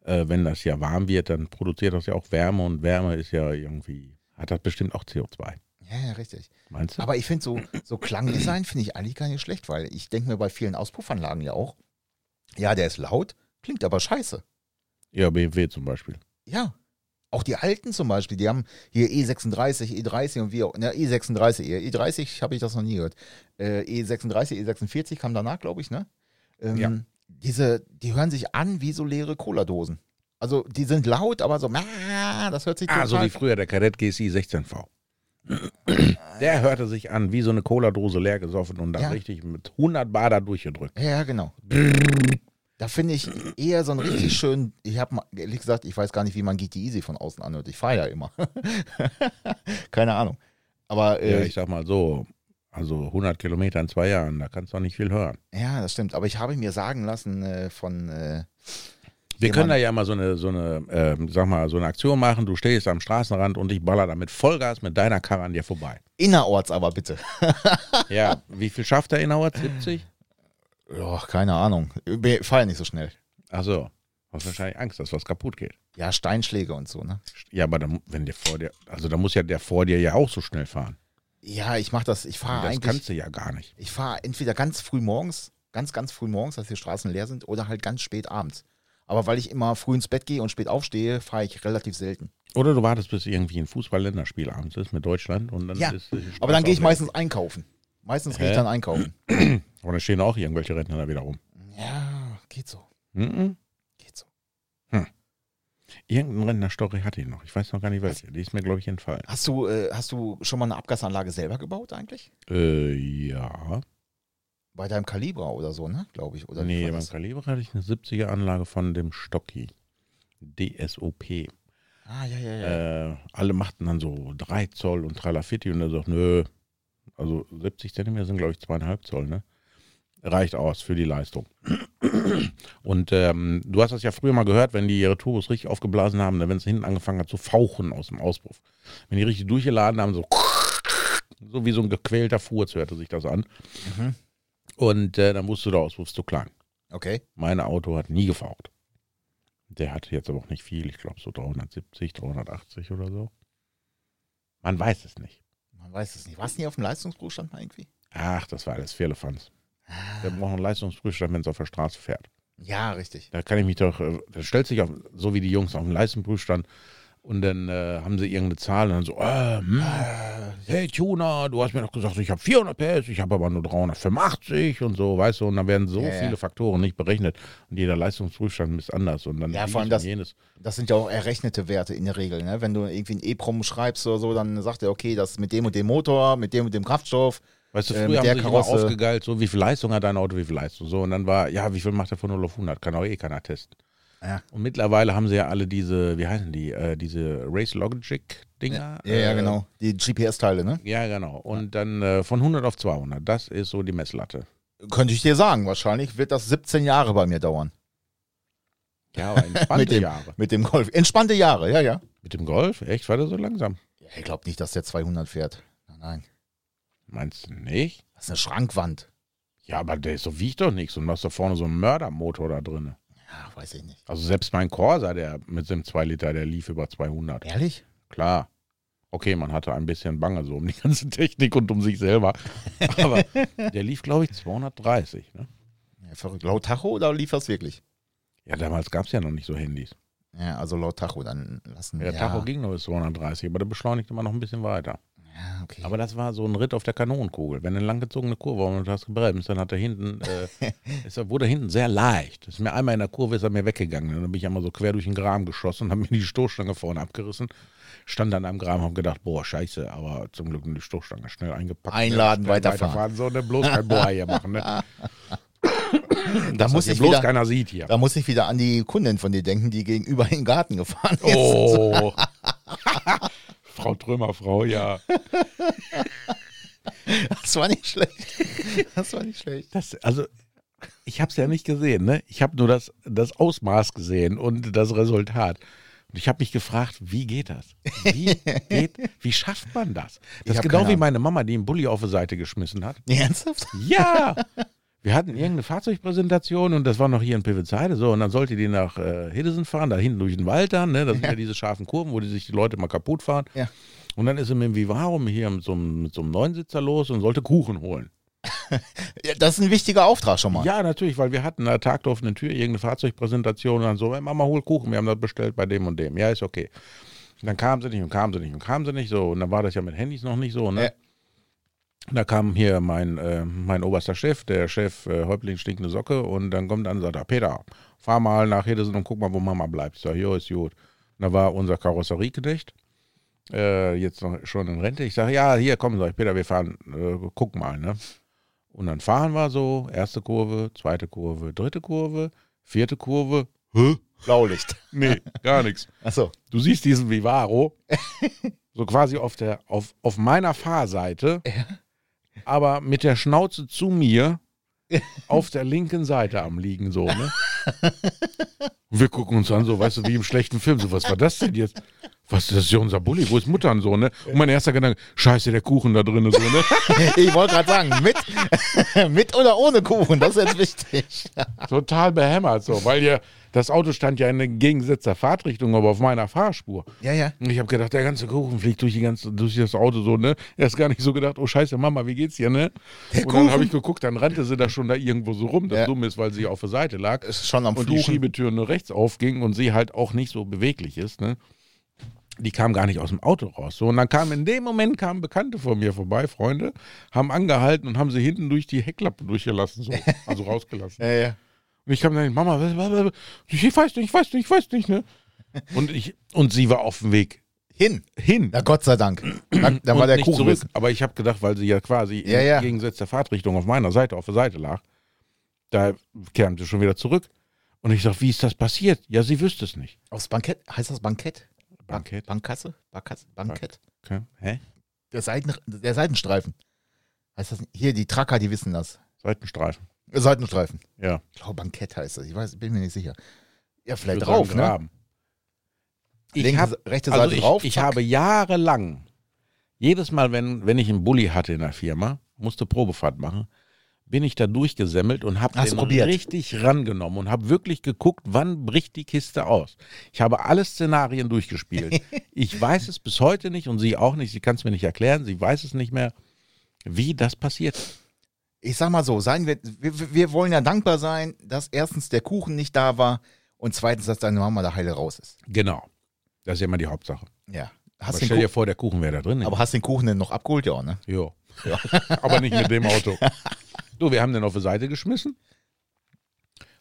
Speaker 3: äh, wenn das ja warm wird, dann produziert das ja auch Wärme und Wärme ist ja irgendwie, hat das bestimmt auch CO2.
Speaker 2: Ja, ja, richtig.
Speaker 3: Meinst du?
Speaker 2: Aber ich finde so, so Klangdesign finde ich eigentlich gar nicht schlecht, weil ich denke mir bei vielen Auspuffanlagen ja auch, ja, der ist laut, klingt aber scheiße.
Speaker 3: ja, BMW zum Beispiel.
Speaker 2: Ja. Auch die alten zum Beispiel, die haben hier E E36, E30 und wie auch, na, E E36, eher. E30 habe ich das noch nie gehört. Äh, E36, E46 kam danach, glaube ich, ne? Ähm,
Speaker 3: Ja.
Speaker 2: Diese, die hören sich an wie so leere Cola-Dosen. Also die sind laut, aber so, "Mäh", das hört sich
Speaker 3: Ah, so wie früher der Kadett GSI 16V. Der hörte sich an wie so eine Cola-Dose leer gesoffen und dann
Speaker 2: Ja.
Speaker 3: richtig mit 100 Bar da durchgedrückt.
Speaker 2: Ja, genau. Da finde ich eher so einen richtig schönen, ich habe mal, ehrlich gesagt, ich weiß gar nicht, wie man GT Easy von außen anhört. Ich fahre ja immer. Keine Ahnung. Aber
Speaker 3: Ja,
Speaker 2: äh,
Speaker 3: ich sag mal so, also 100 Kilometer in zwei Jahren, da kannst du auch nicht viel hören.
Speaker 2: ja, das stimmt. Aber ich habe mir sagen lassen äh, von, äh,
Speaker 3: Wir
Speaker 2: Ja,
Speaker 3: können da
Speaker 2: Mann.
Speaker 3: ja mal so eine, so eine, ähm, sag mal, so eine Aktion machen. Du stehst am Straßenrand und ich baller da mit Vollgas mit deiner Karre an dir vorbei.
Speaker 2: innerorts aber bitte.
Speaker 3: Ja, wie viel schafft der Inhauer? 70?
Speaker 2: Boah, keine Ahnung. Ich fahre ja nicht so schnell.
Speaker 3: Achso, hast wahrscheinlich Angst, dass was kaputt geht.
Speaker 2: Ja, Steinschläge und so, ne?
Speaker 3: Ja, aber dann, wenn der vor dir, also da muss ja der vor dir ja auch so schnell fahren.
Speaker 2: Ja, ich mache das, ich
Speaker 3: Und
Speaker 2: fahre
Speaker 3: das
Speaker 2: Ah, eigentlich,
Speaker 3: kannst du ja gar nicht.
Speaker 2: ich fahre entweder ganz früh morgens, ganz, ganz früh morgens, dass die Straßen leer sind, oder halt ganz spät abends. Aber weil ich immer früh ins Bett gehe und spät aufstehe, fahre ich relativ selten.
Speaker 3: Oder du wartest, bis irgendwie ein Fußball-Länderspiel abends ist mit Deutschland und dann
Speaker 2: Ja,
Speaker 3: ist. die
Speaker 2: Aber dann gehe ich
Speaker 3: Straße
Speaker 2: meistens einkaufen. Meistens gehe ich
Speaker 3: Hä?
Speaker 2: dann einkaufen.
Speaker 3: auch leer. Und dann stehen auch irgendwelche Rentner da wieder rum.
Speaker 2: Ja, geht so.
Speaker 3: Mhm.
Speaker 2: Geht so.
Speaker 3: Irgendein Rentner-Story hatte ich noch. Ich weiß noch gar nicht welche. Die ist mir, glaube ich, entfallen.
Speaker 2: Hast du, äh, hast du schon mal eine Abgasanlage selber gebaut eigentlich?
Speaker 3: Äh, ja.
Speaker 2: Bei deinem Kalibra oder so, ne? Glaube ich. Oder wie
Speaker 3: nee,
Speaker 2: war
Speaker 3: beim
Speaker 2: das?
Speaker 3: Kaliber hatte ich eine 70er-Anlage von dem Stocki. DSOP.
Speaker 2: Ah, ja, ja, ja.
Speaker 3: Äh, alle machten dann so 3 Zoll und Tralafitti und er sagt, nö, also 70 Zentimeter sind, glaube ich, zweieinhalb Zoll, ne? Reicht aus für die Leistung. Und ähm, du hast das ja früher mal gehört, wenn die ihre Turbos richtig aufgeblasen haben, dann wenn es hinten angefangen hat zu fauchen aus dem Auspuff. Wenn die richtig durchgeladen haben, so, so wie so ein gequälter Furz hörte sich das an.
Speaker 2: Mhm.
Speaker 3: Und äh, dann wusstest du, der Auspuff ist zu klein.
Speaker 2: Okay.
Speaker 3: Mein Auto hat nie gefaucht. Der hatte jetzt aber auch nicht viel. Ich glaube so 370, 380 oder so. Man weiß es nicht.
Speaker 2: Man weiß es nicht. Warst du nie auf dem Leistungsprüfstand mal irgendwie?
Speaker 3: Ach, das war alles Firlefanz.
Speaker 2: Ah,
Speaker 3: Der braucht einen Leistungsprüfstand, wenn es auf der Straße fährt.
Speaker 2: Ja, richtig.
Speaker 3: Da kann ich mich doch, äh, da stellt sich auf, so wie die Jungs auf den Leistungsprüfstand und dann äh, haben sie irgendeine Zahl und dann so, äh, hm, hey Tuner, du hast mir doch gesagt, ich habe 400 PS, ich habe aber nur 385 und so, weißt du, und dann werden so
Speaker 2: Ja, ja.
Speaker 3: viele Faktoren nicht berechnet und jeder Leistungsprüfstand ist anders und dann
Speaker 2: Ja,
Speaker 3: dies
Speaker 2: vor allem
Speaker 3: und
Speaker 2: das-
Speaker 3: jenes.
Speaker 2: Das sind ja auch errechnete Werte in der Regel, ne? Wenn du irgendwie ein E-Prom schreibst oder so, dann sagt er, okay, das ist mit dem und dem Motor, mit dem und dem Kraftstoff.
Speaker 3: Weißt du,
Speaker 2: Äh,
Speaker 3: früher
Speaker 2: mit
Speaker 3: haben
Speaker 2: der
Speaker 3: sie sich immer
Speaker 2: Karosse.
Speaker 3: aufgegeilt, so wie viel Leistung hat dein Auto, wie viel Leistung. So, und dann war, ja, wie viel macht er von 0 auf 100? Kann auch eh keiner testen.
Speaker 2: Ja.
Speaker 3: Und mittlerweile haben sie ja alle diese, wie heißen die, äh, diese Race Logic-Dinger.
Speaker 2: Ja, ja,
Speaker 3: äh,
Speaker 2: genau. Die GPS-Teile, ne?
Speaker 3: Ja, genau. Und dann äh, von 100 auf 200. Das ist so die Messlatte.
Speaker 2: Könnte ich dir sagen, wahrscheinlich wird das 17 Jahre bei mir dauern.
Speaker 3: Ja, aber entspannte
Speaker 2: dem-
Speaker 3: Jahre.
Speaker 2: Mit dem Golf. Entspannte Jahre, ja, ja.
Speaker 3: Mit dem Golf? Echt? War der so langsam?
Speaker 2: Ich glaube nicht, dass der 200 fährt. Nein, nein.
Speaker 3: Meinst du nicht?
Speaker 2: Das ist eine Schrankwand.
Speaker 3: Ja, aber der ist so wiegt doch nichts und du hast da vorne so einen Mördermotor da drin.
Speaker 2: Ja, weiß ich nicht.
Speaker 3: Also selbst mein Corsa, der mit seinem 2 Liter, der lief über 200.
Speaker 2: Ehrlich?
Speaker 3: Klar. Okay, man hatte ein bisschen Bange so um die ganze Technik und um sich selber. Aber der lief, glaube ich, 230. Ne?
Speaker 2: Ja, verrückt. Laut Tacho oder lief das wirklich?
Speaker 3: Ja, damals gab es ja noch nicht so Handys.
Speaker 2: Ja, also laut Tacho, dann lassen wir.
Speaker 3: Der Tacho ging nur bis 230, aber der beschleunigte immer noch ein bisschen weiter.
Speaker 2: Ja, okay.
Speaker 3: Aber das war so ein Ritt auf der Kanonenkugel. Wenn eine langgezogene Kurve war und du hast gebremst, dann hat er hinten, äh, es wurde hinten sehr leicht. Ist mir einmal in der Kurve ist er mir weggegangen. Dann bin ich einmal so quer durch den Graben geschossen und habe mir die Stoßstange vorne abgerissen. Stand dann am Graben und habe gedacht, boah, scheiße, aber zum Glück nur die Stoßstange schnell eingepackt.
Speaker 2: Einladen,
Speaker 3: Schnell
Speaker 2: weiterfahren.
Speaker 3: so, ne? bloß kein Boah hier machen. Ne?
Speaker 2: da
Speaker 3: Dass
Speaker 2: muss
Speaker 3: hier
Speaker 2: ich
Speaker 3: bloß
Speaker 2: wieder,
Speaker 3: keiner sieht hier.
Speaker 2: Da muss ich wieder an die Kundin von dir denken, die gegenüber in den Garten gefahren ist.
Speaker 3: Oh. Frau Trümmerfrau, ja.
Speaker 2: Das war nicht schlecht. Das war nicht schlecht.
Speaker 3: Das, also, ich habe es ja nicht gesehen, ne? Ich habe nur das, das Ausmaß gesehen und das Resultat. Und ich habe mich gefragt, wie geht das? Wie, geht, wie schafft man das? Das ist
Speaker 2: hab
Speaker 3: genau
Speaker 2: keine
Speaker 3: wie
Speaker 2: Ahnung.
Speaker 3: meine Mama, die einen Bulli auf die Seite geschmissen hat.
Speaker 2: Ernsthaft?
Speaker 3: Ja! Wir hatten irgendeine Fahrzeugpräsentation und das war noch hier in Pivitzheide so. Und dann sollte die nach äh, Hiddesen fahren, da hinten durch den Wald dann. Ne? Das sind ja. diese scharfen Kurven, wo die sich die Leute mal kaputt fahren.
Speaker 2: Ja.
Speaker 3: Und dann ist sie mit dem Vivarum hier mit so, einem, mit so einem Neunsitzer los und sollte Kuchen holen.
Speaker 2: Ja, Das ist ein wichtiger Auftrag schon mal.
Speaker 3: Ja, natürlich, weil wir hatten eine tagdoffene Tür, irgendeine Fahrzeugpräsentation und dann so, hey, Mama, hol Kuchen, wir haben das bestellt bei dem und dem. Ja, ist okay. Und dann kamen sie nicht und kamen sie nicht und kamen sie nicht so. Und dann war das ja mit Handys noch nicht so, ne?
Speaker 2: Ja.
Speaker 3: Und da kam hier mein, äh, mein oberster Chef, der Chef äh, Häuptling stinkende Socke und dann kommt an und sagt, er, Peter, fahr mal nach Hedesen und guck mal, wo Mama bleibt. Ich sage, jo, ist gut. Und da war unser Karosserieknecht, äh, jetzt noch schon in Rente. Ich sage, ja, hier, komm, sag ich, Peter, wir fahren, äh, guck mal, ne? Und dann fahren wir so, erste Kurve, zweite Kurve, dritte Kurve, vierte Kurve. Hä?
Speaker 2: Blaulicht.
Speaker 3: Nee, gar nichts.
Speaker 2: Achso.
Speaker 3: Du siehst diesen Vivaro, so quasi auf, der, auf, auf meiner Fahrseite, aber mit der Schnauze zu mir auf der linken Seite am Liegen, so, ne? Und wir gucken uns an, so, weißt du, wie im schlechten Film, so, was war das denn jetzt? Was, das ist ja unser Bulli, wo ist Mutter und so, ne? Und mein erster Gedanke, scheiße, der Kuchen da drin, so, ne?
Speaker 2: Ich wollte gerade sagen, mit, mit oder ohne Kuchen, das ist jetzt wichtig.
Speaker 3: total behämmert so, weil ja das Auto stand ja in entgegengesetzter Fahrtrichtung, aber auf meiner Fahrspur.
Speaker 2: Ja, ja.
Speaker 3: Und ich habe gedacht, der ganze Kuchen fliegt durch, die ganze, durch das Auto so, ne? Erst gar nicht so gedacht, oh scheiße, Mama, wie geht's hier, ne? und dann habe ich geguckt, dann rannte sie da schon da irgendwo so rum. Das
Speaker 2: Ja.
Speaker 3: Dumme ist, weil sie auf der Seite lag
Speaker 2: Ist schon am
Speaker 3: und die
Speaker 2: Fluchen.
Speaker 3: Schiebetür nur rechts aufging und sie halt auch nicht so beweglich ist, ne? Die kam gar nicht aus dem Auto raus. So, und dann kam in dem Moment kamen Bekannte von mir vorbei, Freunde, haben angehalten und haben sie hinten durch die Heckklappe durchgelassen, so, also rausgelassen.
Speaker 2: Ja, ja.
Speaker 3: Und ich kam dann, Mama, was- was- was- ich weiß nicht, ich weiß nicht, ich weiß nicht, ne? Und, ich, und sie war auf dem Weg
Speaker 2: Hin.
Speaker 3: hin.
Speaker 2: Na Gott sei Dank. Dann, dann
Speaker 3: und
Speaker 2: war der
Speaker 3: nicht
Speaker 2: Kuchen
Speaker 3: zurück.
Speaker 2: weg.
Speaker 3: Aber ich habe gedacht, weil sie ja quasi
Speaker 2: Ja,
Speaker 3: im
Speaker 2: ja.
Speaker 3: Gegensatz der Fahrtrichtung auf meiner Seite, auf der Seite lag, da kam sie schon wieder zurück. Und ich sag, wie ist das passiert? Ja, sie wüsste es nicht.
Speaker 2: Aufs Bankett? Heißt das Bankett?
Speaker 3: Bankett.
Speaker 2: Bankkasse? Barkasse? Bankett?
Speaker 3: Okay. Hä?
Speaker 2: Der, Seiten, der Seitenstreifen. Heißt das nicht? Hier, die Tracker, die wissen das.
Speaker 3: Seitenstreifen.
Speaker 2: Seitenstreifen.
Speaker 3: Ja.
Speaker 2: Ich glaube, Bankett heißt das. Ich weiß, bin mir nicht sicher. Ja, vielleicht
Speaker 3: Für
Speaker 2: drauf,
Speaker 3: so einen
Speaker 2: ne?
Speaker 3: Graben. Ich
Speaker 2: Linke,
Speaker 3: hab-
Speaker 2: rechte Seite
Speaker 3: Also ich,
Speaker 2: drauf.
Speaker 3: ich
Speaker 2: zack.
Speaker 3: habe jahrelang, jedes Mal, wenn, wenn ich einen Bulli hatte in der Firma, musste Probefahrt machen, bin ich da durchgesemmelt und habe
Speaker 2: Hast
Speaker 3: den
Speaker 2: du probiert?
Speaker 3: richtig rangenommen und habe wirklich geguckt, wann bricht die Kiste aus. Ich habe alle Szenarien durchgespielt. ich weiß es bis heute nicht und sie auch nicht. Sie kann es mir nicht erklären. Sie weiß es nicht mehr, wie das passiert. ist.
Speaker 2: ich sag mal so, seien wir, wir, wir wollen ja dankbar sein, dass erstens der Kuchen nicht da war und zweitens, dass deine Mama da heile raus ist.
Speaker 3: Genau. Das ist ja immer die Hauptsache.
Speaker 2: Ja.
Speaker 3: Aber
Speaker 2: Hast den
Speaker 3: stell dir
Speaker 2: Kuchen,
Speaker 3: vor, ne? der Kuchen wäre da drin.
Speaker 2: aber hast den Kuchen denn noch abgeholt, ja, ne?
Speaker 3: Jo. Aber nicht mit dem Auto. Du, wir haben den auf die Seite geschmissen,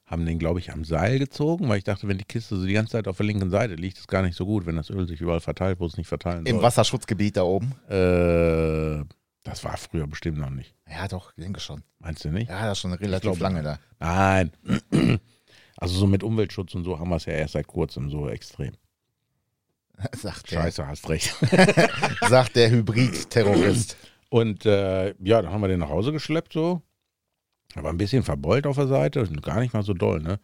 Speaker 3: haben den, glaube ich, am Seil gezogen, weil ich dachte, wenn die Kiste so die ganze Zeit auf der linken Seite liegt, ist gar nicht so gut, wenn das Öl sich überall verteilt, wo es nicht verteilen
Speaker 2: Im
Speaker 3: soll.
Speaker 2: Wasserschutzgebiet da oben.
Speaker 3: Äh, das war früher bestimmt noch nicht.
Speaker 2: Ja, doch, ich denke schon.
Speaker 3: Meinst du nicht?
Speaker 2: Ja, das ist schon relativ
Speaker 3: glaube,
Speaker 2: lange da.
Speaker 3: Nein. Also so mit Umweltschutz und so haben wir es ja erst seit kurzem so extrem.
Speaker 2: Sagt der,
Speaker 3: Scheiße, hast recht.
Speaker 2: sagt der Hybrid-Terrorist.
Speaker 3: Und äh, ja, dann haben wir den nach Hause geschleppt so. Aber ein bisschen verbeult auf der Seite. Gar nicht mal so doll, ne?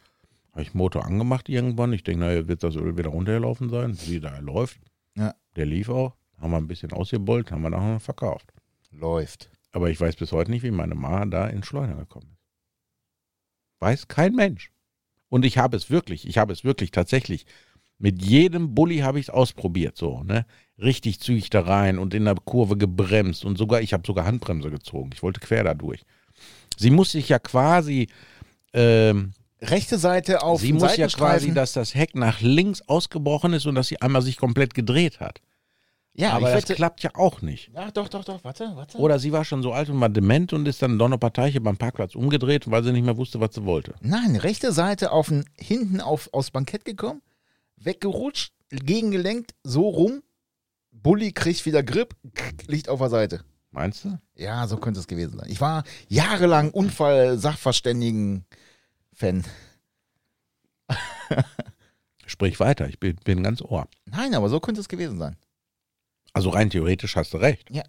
Speaker 3: Habe ich Motor angemacht irgendwann. Ich denke, naja, wird das Öl wieder runtergelaufen sein. Wie da er läuft.
Speaker 2: Ja.
Speaker 3: Der lief auch. Haben wir ein bisschen ausgebeult, haben wir nachher noch verkauft.
Speaker 2: Läuft.
Speaker 3: Aber ich weiß bis heute nicht, wie meine Ma da ins Schleuder gekommen ist. Weiß kein Mensch. Und ich habe es wirklich, ich habe es wirklich tatsächlich. Mit jedem Bulli habe ich es ausprobiert, so, ne? Richtig zügig da rein und in der Kurve gebremst und sogar, ich habe sogar Handbremse gezogen. Ich wollte quer da durch. Sie muss sich ja quasi, ähm,
Speaker 2: Rechte Seite auf
Speaker 3: sie
Speaker 2: den
Speaker 3: muss ja
Speaker 2: Seitenstreifen.
Speaker 3: quasi, dass das Heck nach links ausgebrochen ist und dass sie einmal sich komplett gedreht hat.
Speaker 2: ja,
Speaker 3: Aber
Speaker 2: ich
Speaker 3: das
Speaker 2: wette-
Speaker 3: klappt ja auch nicht.
Speaker 2: Ja, doch, doch, doch, warte, warte.
Speaker 3: Oder sie war schon so alt und war dement und ist dann Donnerparteiche beim Parkplatz umgedreht, weil sie nicht mehr wusste, was sie wollte.
Speaker 2: Nein, rechte Seite auf den, hinten auf, aufs Bankett gekommen, weggerutscht, gegengelenkt, so rum. Bulli kriegt wieder Grip, liegt auf der Seite.
Speaker 3: Meinst du?
Speaker 2: Ja, so könnte es gewesen sein. Ich war jahrelang Unfall-Sachverständigen-Fan.
Speaker 3: Sprich weiter, ich bin, bin ganz ohr.
Speaker 2: Nein, aber so könnte es gewesen sein.
Speaker 3: Also rein theoretisch hast du recht.
Speaker 2: Ja.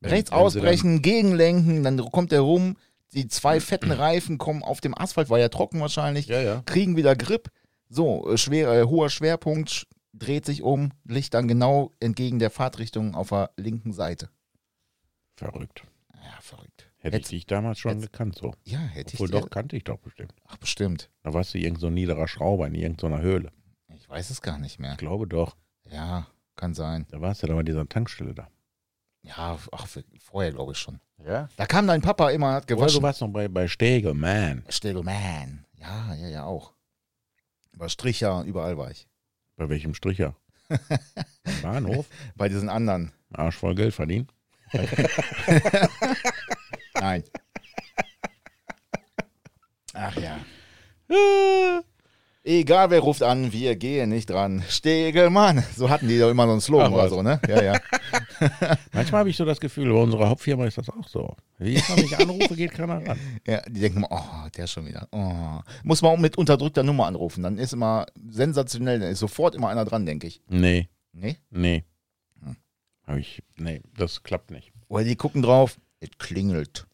Speaker 3: Wenn-
Speaker 2: Rechts
Speaker 3: wenn sie
Speaker 2: ausbrechen, gegenlenken, dann kommt er rum. Die zwei fetten Reifen kommen auf dem Asphalt, war ja trocken wahrscheinlich.
Speaker 3: Dann, ja, ja.
Speaker 2: kriegen wieder Grip. So, äh, schwer, äh, hoher Schwerpunkt, sch- dreht sich um, liegt dann genau entgegen der Fahrtrichtung auf der linken Seite.
Speaker 3: Verrückt.
Speaker 2: Ja, verrückt.
Speaker 3: Hätte ich
Speaker 2: Jetzt-
Speaker 3: dich damals schon
Speaker 2: jetzt-
Speaker 3: gekannt, so.
Speaker 2: Ja, hätte
Speaker 3: Obwohl
Speaker 2: ich dir-
Speaker 3: doch, kannte ich doch bestimmt.
Speaker 2: Ach, bestimmt.
Speaker 3: Da warst du irgend so ein niederer Schrauber in irgendeiner Höhle.
Speaker 2: Ich weiß es gar nicht mehr.
Speaker 3: Ich glaube doch.
Speaker 2: Ja, kann sein.
Speaker 3: Da warst du dann bei dieser Tankstelle da.
Speaker 2: Ja, ach, für- vorher glaube ich schon.
Speaker 3: Ja?
Speaker 2: Da kam dein Papa immer, hat
Speaker 3: Oder du
Speaker 2: gewaschen.
Speaker 3: warst noch bei, bei Stege, man.
Speaker 2: Stegelman. Ja, ja, ja, auch. Über Stricher, überall war ich.
Speaker 3: Bei welchem Stricher? Am Bahnhof?
Speaker 2: Bei diesen anderen.
Speaker 3: Arsch voll Geld verdienen.
Speaker 2: Nein. Ach ja. Egal wer ruft an, wir gehen nicht dran. Stegelmann. So hatten die doch immer so einen Slogan
Speaker 3: Ach,
Speaker 2: oder
Speaker 3: was.
Speaker 2: so, ne? Ja, ja.
Speaker 3: Manchmal habe ich so das Gefühl, bei unserer Hauptfirma ist das auch so. Wie ich mich anrufe, geht keiner ran.
Speaker 2: ja die denken immer, oh, der schon wieder. Oh. Muss man auch mit unterdrückter Nummer anrufen. Dann ist immer sensationell, dann ist sofort immer einer dran, denke ich.
Speaker 3: Nee,
Speaker 2: Nee?
Speaker 3: nee. Hm. Hab ich, nee, das klappt nicht.
Speaker 2: Oder die gucken drauf, es klingelt.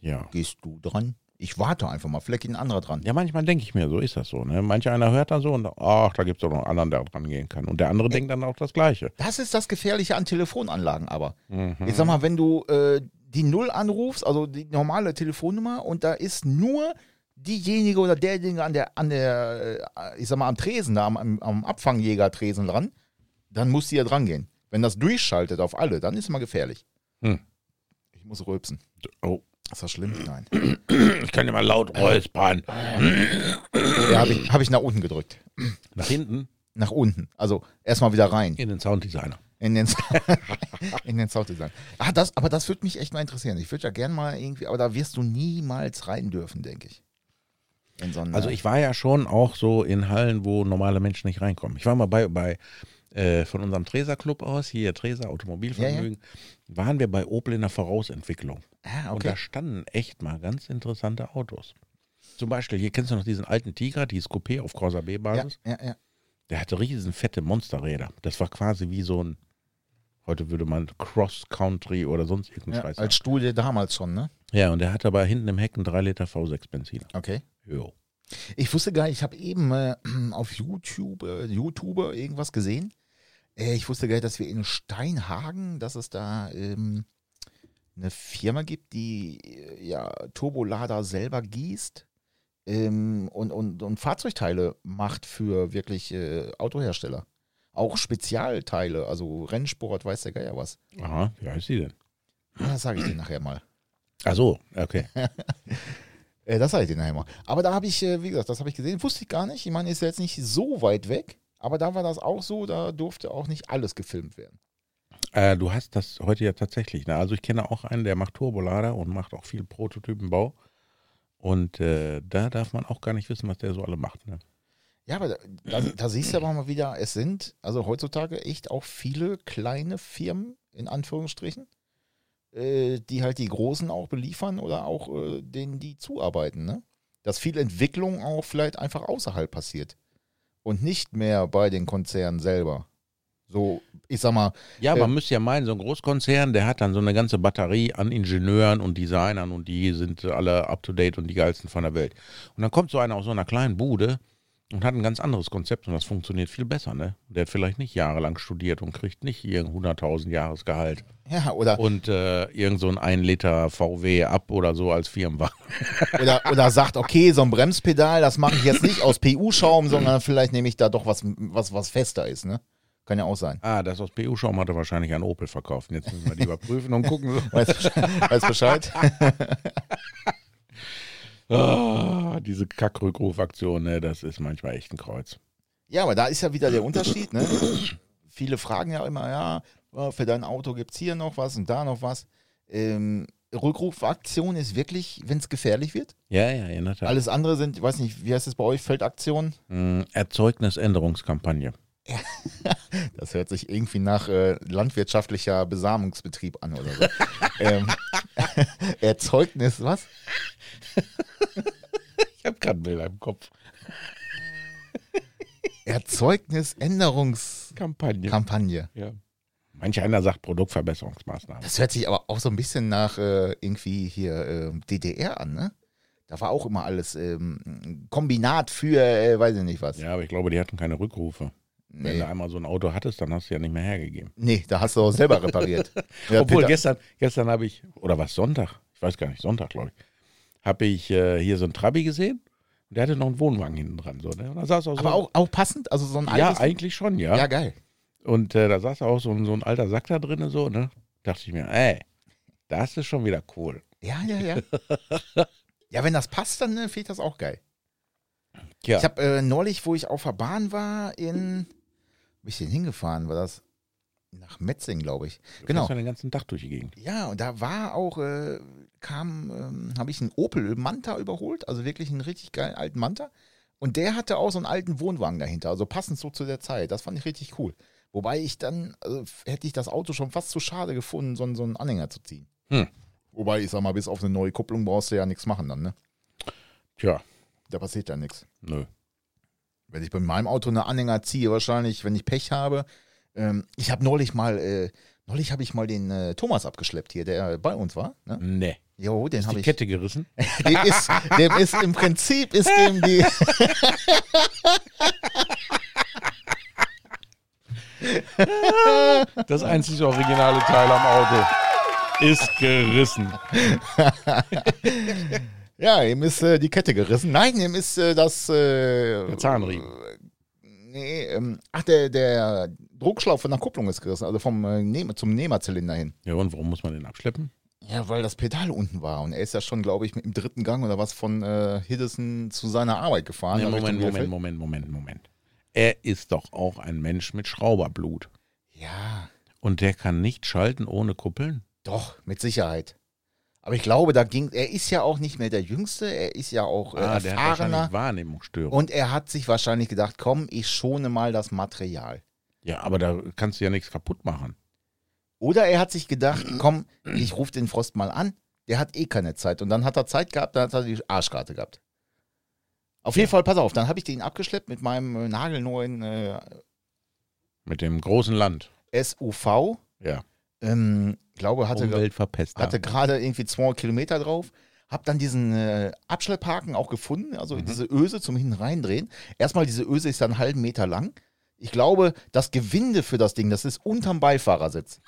Speaker 3: Ja.
Speaker 2: Gehst du dran? Ich warte einfach mal, vielleicht geht ein anderer dran.
Speaker 3: Ja, manchmal denke ich mir, so ist das so. Ne? Manch einer hört da so und ach, da gibt es doch noch einen anderen, der dran gehen kann. Und der andere denkt dann auch das Gleiche.
Speaker 2: Das ist das Gefährliche an Telefonanlagen aber.
Speaker 3: Mhm.
Speaker 2: Ich sag mal, wenn du äh, die Null anrufst, also die normale Telefonnummer, und da ist nur diejenige oder derjenige an der, an der, äh, ich sag mal, am Tresen, da am, am, am Abfangjäger-Tresen dran, dann musst du ja dran gehen. Wenn das durchschaltet auf alle, dann ist mal gefährlich.
Speaker 3: Hm.
Speaker 2: Ich muss rülpsen.
Speaker 3: Oh,
Speaker 2: Ist das schlimm? Nein.
Speaker 3: ich kann immer laut räuspern.
Speaker 2: ja, habe ich, hab ich nach unten gedrückt.
Speaker 3: Nach hinten
Speaker 2: Nach unten. Also erstmal wieder rein.
Speaker 3: in den Sounddesigner.
Speaker 2: In den, in den Sounddesign. Ah, das, aber das würde mich echt mal interessieren. Ich würde ja gerne mal irgendwie, aber da wirst du niemals rein dürfen, denke ich. In so einen,
Speaker 3: Also ich war ja schon auch so in Hallen, wo normale Menschen nicht reinkommen. Ich war mal bei, bei äh, von unserem Treser Club aus, hier Treser Automobilvermögen, waren wir bei Opel in der Vorausentwicklung.
Speaker 2: Ah,
Speaker 3: Und da
Speaker 2: okay.
Speaker 3: standen echt mal ganz interessante Autos. Zum Beispiel, hier kennst du noch diesen alten Tiger, dieses Coupé auf Corsa
Speaker 2: Ja,
Speaker 3: B-Basis.
Speaker 2: ja, ja.
Speaker 3: Der hatte riesen fette Monsterräder. Das war quasi wie so ein, heute würde man Cross-Country oder sonst irgendeinen
Speaker 2: ja
Speaker 3: Scheiß.
Speaker 2: als
Speaker 3: sagen.
Speaker 2: Studie damals schon, ne?
Speaker 3: Ja, und der hatte aber hinten im Heck einen 3 Liter V6 Benziner.
Speaker 2: Okay.
Speaker 3: Jo.
Speaker 2: Ich wusste gar nicht, ich habe eben äh, auf YouTube, äh, YouTuber irgendwas gesehen. Äh, ich wusste gar nicht, dass wir in Steinhagen, dass es da ähm, eine Firma gibt, die äh, ja Turbolader selber gießt ähm, und, und, und Fahrzeugteile macht für wirklich äh, Autohersteller. Auch Spezialteile, also Rennsport, weiß der Geier was.
Speaker 3: Aha, wie heißt die denn?
Speaker 2: Ja, Das sage ich dir nachher mal.
Speaker 3: Ach so, okay.
Speaker 2: Äh, das sage ich dir nachher mal. Aber da habe ich, äh, wie gesagt, das habe ich gesehen, wusste ich gar nicht. Ich meine, ist ja jetzt nicht so weit weg, aber da war das auch so, da durfte auch nicht alles gefilmt werden.
Speaker 3: Äh, du hast das heute ja tatsächlich. Ne? Also ich kenne auch einen, der macht Turbolader und macht auch viel Prototypenbau. Und äh, da darf man auch gar nicht wissen, was der so alle macht. Ne?
Speaker 2: Ja, aber da, da, da siehst du aber mal wieder, es sind also heutzutage echt auch viele kleine Firmen, in Anführungsstrichen, äh, die halt die Großen auch beliefern oder auch äh, denen die zuarbeiten, ne? Dass viel Entwicklung auch vielleicht einfach außerhalb passiert. Und nicht mehr bei den Konzernen selber. So, ich sag mal,
Speaker 3: Ja,
Speaker 2: Äh,
Speaker 3: man müsste ja meinen, so ein Großkonzern, der hat dann so eine ganze Batterie an Ingenieuren und Designern und die sind alle up to date und die geilsten von der Welt. Und dann kommt so einer aus so einer kleinen Bude und hat ein ganz anderes Konzept und das funktioniert viel besser, ne? Der hat vielleicht nicht jahrelang studiert und kriegt nicht irgendein 100.000 Jahresgehalt
Speaker 2: ja, oder,
Speaker 3: und äh, irgend so ein 1 Liter VW ab oder so als Firmenwagen.
Speaker 2: oder, oder sagt, okay, so ein Bremspedal, das mache ich jetzt nicht aus PU-Schaum, sondern vielleicht nehme ich da doch was, was, was fester ist, ne? Kann ja auch sein.
Speaker 3: Ah, das aus PU-Schaum hat er wahrscheinlich an Opel verkauft. Und Jetzt müssen wir die überprüfen und gucken.
Speaker 2: Weißt Bescheid? Weiß Bescheid?
Speaker 3: Ah, diese Kackrückrufaktion, ne? Das ist manchmal echt ein Kreuz.
Speaker 2: Ja, aber da ist ja wieder der Unterschied, ne? Viele fragen ja immer, ja, äh, für dein Auto gibt es hier noch was und da noch was. Ähm, Rückrufaktion ist wirklich, wenn es gefährlich wird.
Speaker 3: Ja, ja, in der Tat.
Speaker 2: Alles andere sind, ich weiß nicht, wie heißt es bei euch, Feldaktionen?
Speaker 3: Mm, Erzeugnisänderungskampagne.
Speaker 2: Das hört sich irgendwie nach äh, landwirtschaftlicher Besamungsbetrieb an oder so. ähm, Erzeugnis, was?
Speaker 3: Ich habe gerade Bilder im Kopf.
Speaker 2: Erzeugnisänderungskampagne.
Speaker 3: Kampagne. ja. Manch einer sagt Produktverbesserungsmaßnahmen.
Speaker 2: Das hört sich aber auch so ein bisschen nach äh, irgendwie hier ähm, DDR an, ne? Da war auch immer alles ähm, ein Kombinat für, äh, weiß ich nicht was.
Speaker 3: Ja, aber ich glaube, die hatten keine Rückrufe. Wenn
Speaker 2: nee.
Speaker 3: du einmal so ein Auto hattest, dann hast du ja nicht mehr hergegeben.
Speaker 2: nee, da hast du auch selber repariert. Ja,
Speaker 3: Obwohl,
Speaker 2: Peter-
Speaker 3: gestern, gestern habe ich, oder was, Sonntag? Ich weiß gar nicht, Sonntag, glaube ich. Habe ich äh, hier so einen Trabi gesehen und der hatte noch einen Wohnwagen hinten dran. So, ne? und da saß auch so
Speaker 2: aber auch, auch passend, also so ein
Speaker 3: ja,
Speaker 2: altes.
Speaker 3: eigentlich schon, ja.
Speaker 2: ja, geil.
Speaker 3: Und äh, da saß auch so ein, so ein alter Sack da drin, so, ne? Dachte ich mir, ey, das ist schon wieder cool.
Speaker 2: Ja, ja, ja. ja, wenn das passt, dann äh, finde ich das auch geil.
Speaker 3: Tja.
Speaker 2: Ich habe äh, neulich, wo ich auf der Bahn war, in. Wo bin ich denn hingefahren? War das? Nach Metzing, glaube ich. Genau.
Speaker 3: Genau. den ganzen Tag durch die Gegend.
Speaker 2: Ja, und da war auch, äh, kam, ähm, habe ich einen Opel Manta überholt, also wirklich einen richtig geilen alten Manta. Und der hatte auch so einen alten Wohnwagen dahinter, also passend so zu der Zeit. Das fand ich richtig cool. Wobei ich dann, also f- hätte ich das Auto schon fast zu schade gefunden, so, einen- so einen Anhänger zu ziehen.
Speaker 3: Hm.
Speaker 2: Wobei, ich sag mal, bis auf eine neue Kupplung brauchst du ja nichts machen dann, ne?
Speaker 3: Tja,
Speaker 2: Da passiert ja nichts.
Speaker 3: nö.
Speaker 2: Wenn ich bei meinem Auto eine Anhänger ziehe, wahrscheinlich, wenn ich Pech habe. Ähm, ich habe neulich mal, äh, neulich habe ich mal den äh, Thomas abgeschleppt hier, der bei uns war. Ne?
Speaker 3: Nee.
Speaker 2: Jo, den
Speaker 3: Ist
Speaker 2: habe
Speaker 3: die
Speaker 2: ich.
Speaker 3: Kette gerissen?
Speaker 2: Dem ist, dem ist im Prinzip ist dem die.
Speaker 3: Das einzige originale Teil am Auto ist gerissen.
Speaker 2: Ja, ihm ist äh, die Kette gerissen. Nein, ihm ist äh, das. Äh,
Speaker 3: Der Zahnriemen.
Speaker 2: nee, ähm, ach, der, der Druckschlauch von der Kupplung ist gerissen, also vom äh, Nehmer, zum Nehmerzylinder hin.
Speaker 3: Ja, und warum muss man den abschleppen?
Speaker 2: Ja, weil das Pedal unten war und er ist ja schon, glaube ich, mit dem dritten Gang oder was von äh, Hiddesen zu seiner Arbeit gefahren.
Speaker 3: Nee,
Speaker 2: da
Speaker 3: Moment,
Speaker 2: Richtung
Speaker 3: Moment,
Speaker 2: Bielefeld.
Speaker 3: Moment, Moment, Moment. Er ist doch auch ein Mensch mit Schrauberblut.
Speaker 2: Ja,
Speaker 3: Und der kann nicht schalten ohne Kuppeln?
Speaker 2: doch, mit Sicherheit. Aber ich glaube, da ging, er ist ja auch nicht mehr der Jüngste, er ist ja auch äh,
Speaker 3: Ah, der hat
Speaker 2: erfahrener.
Speaker 3: wahrscheinlich Wahrnehmungsstörung.
Speaker 2: Und er hat sich wahrscheinlich gedacht, komm, ich schone mal das Material.
Speaker 3: Ja, aber da kannst du ja nichts kaputt machen.
Speaker 2: Oder er hat sich gedacht, komm, ich rufe den Frost mal an, der hat eh keine Zeit. Und dann hat er Zeit gehabt, dann hat er die Arschkarte gehabt. Auf jeden Fall, pass auf, dann habe ich den abgeschleppt mit meinem äh, nagelneuen äh,
Speaker 3: Mit dem großen Land.
Speaker 2: SUV.
Speaker 3: Ja.
Speaker 2: Ähm, glaube, hatte,
Speaker 3: Umweltverpester.
Speaker 2: hatte gerade irgendwie 200 Kilometer drauf. Hab dann diesen äh, Abschlepphaken auch gefunden, also diese Öse zum Hinten reindrehen. Erstmal, diese Öse ist ja einen halben Meter lang. Ich glaube, das Gewinde für das Ding, das ist unterm Beifahrersitz.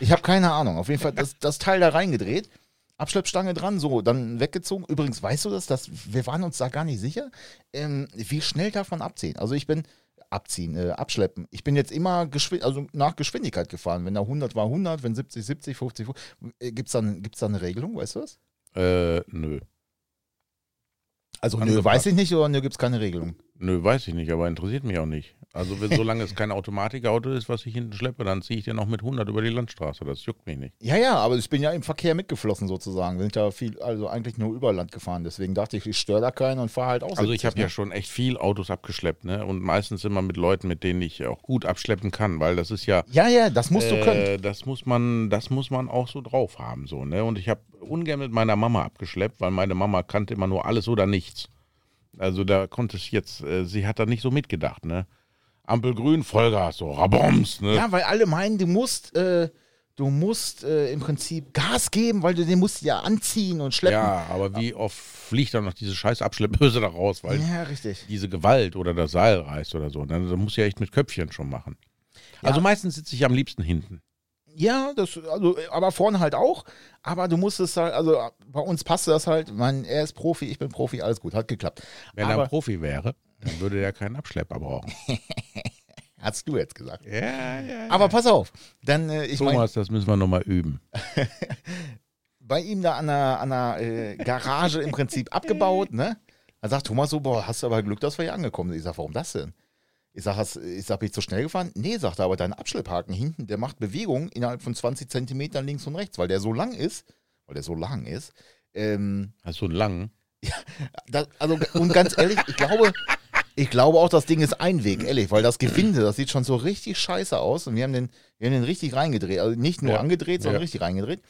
Speaker 2: Ich habe keine Ahnung. Auf jeden Fall das, das Teil da reingedreht, Abschleppstange dran, so, dann weggezogen. Übrigens, weißt du das? das wir waren uns da gar nicht sicher. Ähm, wie schnell darf man abziehen? Also ich bin abziehen, äh, abschleppen. Ich bin jetzt immer geschwi- also nach Geschwindigkeit gefahren. Wenn da 100 war 100, wenn 70, 70, 50, 50 äh, gibt's dann gibt's da eine Regelung, weißt du das?
Speaker 3: Äh, nö.
Speaker 2: Also nö,
Speaker 3: Angepasst.
Speaker 2: weiß ich nicht oder nö, gibt's keine Regelung.
Speaker 3: Nö, weiß ich nicht, aber interessiert mich auch nicht. Also wenn, solange es kein Automatikauto ist, was ich hinten schleppe, dann ziehe ich den auch mit 100 über die Landstraße. Das juckt mich nicht.
Speaker 2: Ja, ja, aber ich bin ja im Verkehr mitgeflossen sozusagen. Wir sind ja viel, also eigentlich nur über Land gefahren. Deswegen dachte ich, ich störe da keinen und fahre halt auch
Speaker 3: Also ich
Speaker 2: 70,
Speaker 3: habe ja schon echt viel Autos abgeschleppt, ne? Und meistens immer mit Leuten, mit denen ich auch gut abschleppen kann, weil das ist ja
Speaker 2: Ja, ja, das musst du können.
Speaker 3: Äh, das muss man, das muss man auch so drauf haben, so ne. Und ich habe ungern mit meiner Mama abgeschleppt, weil meine Mama kannte immer nur alles oder nichts. Also da konnte ich jetzt, äh, sie hat da nicht so mitgedacht, ne? Ampelgrün, Vollgas, so Raboms, ne?
Speaker 2: Ja, weil alle meinen, du musst, äh, du musst äh, im Prinzip Gas geben, weil du den musst du ja anziehen und schleppen.
Speaker 3: Ja, aber wie oft fliegt dann noch diese scheiß Abschlepphöse da raus, weil
Speaker 2: Ja, richtig.
Speaker 3: diese Gewalt oder das Seil reißt oder so. Dann, dann muss ich ja echt mit Köpfchen schon machen. Also meistens sitze ich am liebsten hinten.
Speaker 2: Ja, das, also, aber vorne halt auch. Aber du musst es halt, also bei uns passte das halt. Man, er ist Profi, ich bin Profi, alles gut, hat geklappt.
Speaker 3: Wenn er
Speaker 2: aber
Speaker 3: ein Profi wäre, dann würde er keinen Abschlepper brauchen.
Speaker 2: hast du jetzt gesagt.
Speaker 3: Ja, ja.
Speaker 2: Aber pass auf, dann, äh, ich meine,
Speaker 3: Thomas, das müssen wir nochmal üben.
Speaker 2: bei ihm da an einer, an einer äh, Garage im Prinzip abgebaut, ne? Dann sagt Thomas so, boah, hast du aber Glück, dass wir hier angekommen sind. Ich sag, warum das denn? Ich sag, hast, ich sag, bin ich zu schnell gefahren? Nee, sagt er, aber dein Abschlepphaken hinten, der macht Bewegung innerhalb von 20 Zentimetern links und rechts, weil der so lang ist, weil der so lang ist. Ähm,
Speaker 3: Hast du einen langen?
Speaker 2: Das, also, und ganz ehrlich, ich glaube, ich glaube auch, das Ding ist Einweg, ehrlich, weil das Gewinde, das sieht schon so richtig scheiße aus und wir haben den, wir haben den richtig reingedreht. Also nicht nur
Speaker 3: Ja.
Speaker 2: angedreht, sondern
Speaker 3: Ja.
Speaker 2: richtig reingedreht.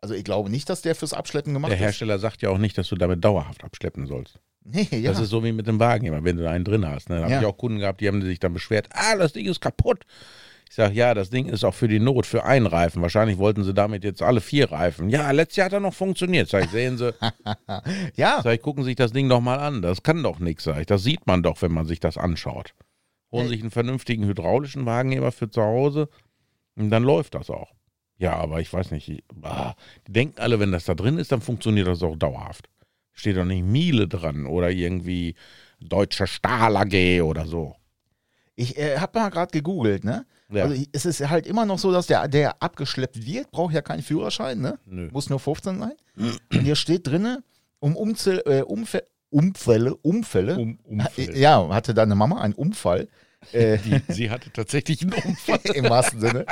Speaker 2: Also ich glaube nicht, dass der fürs Abschleppen gemacht
Speaker 3: Der
Speaker 2: ist.
Speaker 3: Hersteller sagt ja auch nicht, dass du damit dauerhaft abschleppen sollst.
Speaker 2: Nee, ja.
Speaker 3: Das ist so wie mit dem Wagen immer, wenn du da einen drin hast. Ne? Da habe
Speaker 2: Ja.
Speaker 3: ich auch Kunden gehabt, die haben sich dann beschwert, ah, das Ding ist kaputt. Ich sage, ja, das Ding ist auch für die Not, für einen Reifen. Wahrscheinlich wollten sie damit jetzt alle vier Reifen. Ja, letztes Jahr hat er noch funktioniert. Sag ich, sehen Sie,
Speaker 2: ja,
Speaker 3: sag ich, gucken Sie sich das Ding doch mal an. Das kann doch nichts, sag ich. Das sieht man doch, wenn man sich das anschaut. Holen sich einen vernünftigen hydraulischen Wagenheber für zu Hause und dann läuft das auch. Ja, aber ich weiß nicht. ich- ah, Die denken alle, wenn das da drin ist, dann funktioniert das auch dauerhaft. Steht doch nicht Miele dran oder irgendwie deutscher Stahl AG oder so.
Speaker 2: ich äh, habe mal gerade gegoogelt, ne?
Speaker 3: Ja.
Speaker 2: Also es ist halt immer noch so, dass der, der abgeschleppt wird, braucht ja keinen Führerschein, ne?
Speaker 3: Nö.
Speaker 2: Muss nur 15 sein. Und hier steht drinne, um Umzel, äh, Umfä Umfälle, Umfälle,
Speaker 3: Um Umfeld.
Speaker 2: Ja, hatte deine Mama einen Unfall. Äh,
Speaker 3: Die, sie hatte tatsächlich einen Unfall.
Speaker 2: Im wahrsten Sinne.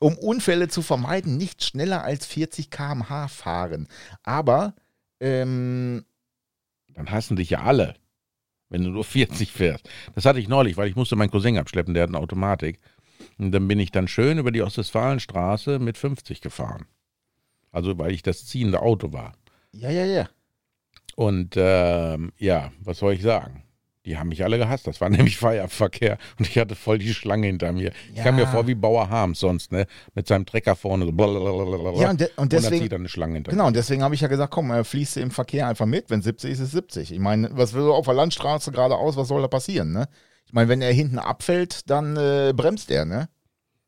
Speaker 2: Um Unfälle zu vermeiden, nicht schneller als 40 km/h fahren. Aber ähm,
Speaker 3: Dann hassen dich ja alle, wenn du nur 40 fährst. Das hatte ich neulich, weil ich musste meinen Cousin abschleppen, der hat eine Automatik. Und dann bin ich dann schön über die Ostwestfalenstraße mit 50 gefahren. Also weil ich das ziehende Auto war.
Speaker 2: ja, ja, ja.
Speaker 3: Und ähm, ja, was soll ich sagen? Die haben mich alle gehasst. Das war nämlich Feierabverkehr und ich hatte voll die Schlange hinter mir. Ich
Speaker 2: Ja.
Speaker 3: kam mir vor wie Bauer Harms sonst, ne? Mit seinem Trecker vorne. So blablabla.
Speaker 2: Ja, und de- und
Speaker 3: dann
Speaker 2: deswegen-
Speaker 3: zieht er eine Schlange hinter
Speaker 2: Genau, und deswegen habe ich ja gesagt, komm, äh, fließt du im Verkehr einfach mit. Wenn 70 ist, ist 70. Ich meine, was will auf der Landstraße geradeaus, was soll da passieren, ne? Ich meine, wenn er hinten abfällt, dann äh, bremst er, ne?
Speaker 3: mir.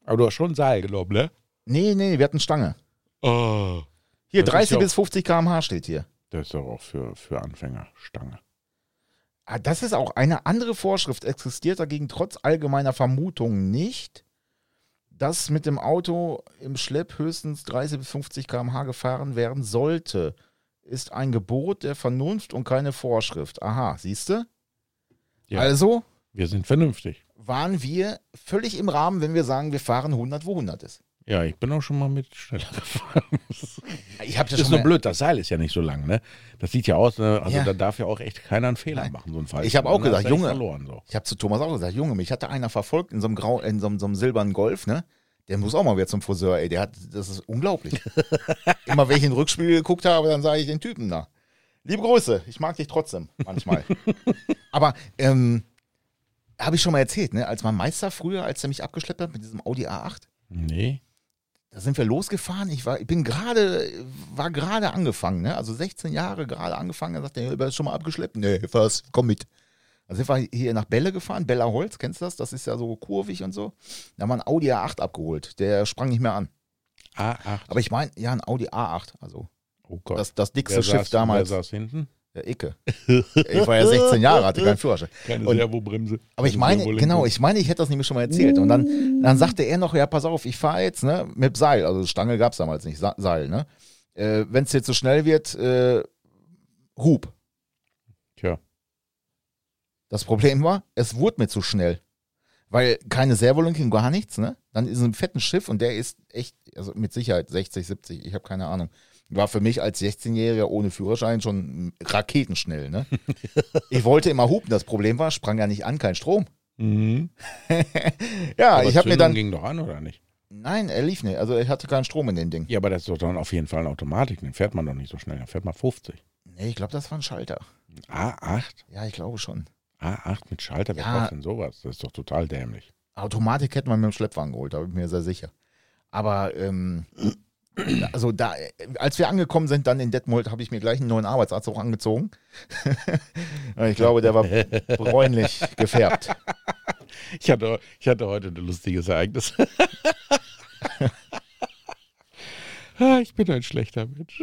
Speaker 3: Aber du hast schon Seil genommen, ne?
Speaker 2: Nee, nee, wir hatten Stange.
Speaker 3: Oh.
Speaker 2: Hier,
Speaker 3: Das ist
Speaker 2: 30
Speaker 3: ja auch-
Speaker 2: bis 50 km/h steht hier.
Speaker 3: Das ist doch auch für, für Anfänger Stange.
Speaker 2: Ah, Das ist auch eine andere Vorschrift, existiert dagegen trotz allgemeiner Vermutungen nicht, dass mit dem Auto im Schlepp höchstens 30 bis 50 km/h gefahren werden sollte. Ist ein Gebot der Vernunft und keine Vorschrift. Aha, siehst du?
Speaker 3: Ja.
Speaker 2: Also
Speaker 3: Wir sind vernünftig.
Speaker 2: waren wir völlig im Rahmen, wenn wir sagen, wir fahren 100, wo 100 ist.
Speaker 3: Ja, ich bin auch schon mal mit schneller gefahren. Das
Speaker 2: Ich habe das
Speaker 3: ist
Speaker 2: schon
Speaker 3: nur
Speaker 2: mal,
Speaker 3: blöd, das Seil ist ja nicht so lang, ne? Das sieht ja aus, ne? also
Speaker 2: Ja.
Speaker 3: da darf ja auch echt keiner einen Fehler
Speaker 2: Nein.
Speaker 3: machen, ne? so ein Fall.
Speaker 2: Ich hab auch gesagt, Junge.
Speaker 3: Verloren, so.
Speaker 2: ich habe zu Thomas auch gesagt, Junge, mich hatte einer verfolgt in so einem grau, in so einem, so einem silbernen Golf, ne? Der muss auch mal wieder zum Friseur, ey. Der hat, das ist unglaublich. Immer wenn ich in den Rückspiegel geguckt habe, dann sage ich den Typen da. Liebe Grüße, ich mag dich trotzdem manchmal. Aber ähm, habe ich schon mal erzählt, ne? Als mein Meister früher, als er mich abgeschleppt hat mit diesem Audi A8,
Speaker 3: Nee.
Speaker 2: da sind wir losgefahren. Ich war, ich bin gerade, war gerade angefangen, ne? Also 16 Jahre gerade angefangen. Da sagt er, du schon mal abgeschleppt. Nee, was? Komm mit. Da sind wir hier nach Bälle gefahren, Bella Holz, kennst du das? Das ist ja so kurvig und so. Da haben wir einen Audi A8 abgeholt. Der sprang nicht mehr an.
Speaker 3: A8.
Speaker 2: Aber ich meine, ja, ein Audi A8. Also
Speaker 3: Oh Gott.
Speaker 2: das, das dickste
Speaker 3: wer
Speaker 2: Schiff
Speaker 3: saß,
Speaker 2: damals.
Speaker 3: Wer saß hinten?
Speaker 2: Der Icke. Ich war ja 16 Jahre, hatte keinen Führerschein.
Speaker 3: Keine
Speaker 2: Und-
Speaker 3: Servobremse. Also
Speaker 2: Aber ich
Speaker 3: Keine
Speaker 2: meine,
Speaker 3: Servolenkung.
Speaker 2: genau, ich meine, ich hätte das nämlich schon mal erzählt. Und dann, dann sagte er noch, ja, pass auf, ich fahre jetzt ne, mit Seil. Also Stange gab es damals nicht, Sa Seil. Ne? Äh, Wenn es jetzt zu so schnell wird, äh, Hub.
Speaker 3: Tja.
Speaker 2: Das Problem war, es wurde mir zu schnell. Weil keine Servolenkung, gar nichts. Ne? Dann ist ein fetten Schiff und der ist echt, also mit Sicherheit 60, 70, ich habe keine Ahnung. War für mich als 16-Jähriger ohne Führerschein schon raketenschnell. Ne? ich wollte immer hupen. Das Problem war, sprang ja nicht an, kein Strom.
Speaker 3: Mhm.
Speaker 2: Ja,
Speaker 3: Aber
Speaker 2: Ah, ich habe mir
Speaker 3: Zündung
Speaker 2: dann
Speaker 3: ging doch an, oder nicht?
Speaker 2: Nein, er lief nicht. Also er hatte keinen Strom in dem Ding.
Speaker 3: Ja, aber das ist doch dann auf jeden Fall eine Automatik. Den fährt man doch nicht so schnell. Dann fährt man 50.
Speaker 2: Nee, ich glaube, das war ein Schalter.
Speaker 3: A8?
Speaker 2: Ja, ich glaube schon.
Speaker 3: A8 mit Schalter, wer
Speaker 2: Ja.
Speaker 3: kauft denn sowas? Das ist doch total dämlich.
Speaker 2: Automatik hätte man mit dem Schleppwagen geholt, da bin ich mir sehr sicher. Aber ähm, also da, äh, als wir angekommen sind, dann in Detmold, habe ich mir gleich einen neuen Arbeitsarzt auch angezogen. ich glaube, der war bräunlich gefärbt.
Speaker 3: Ich hatte, ich hatte heute ein lustiges Ereignis. ah, ich bin ein schlechter Mensch.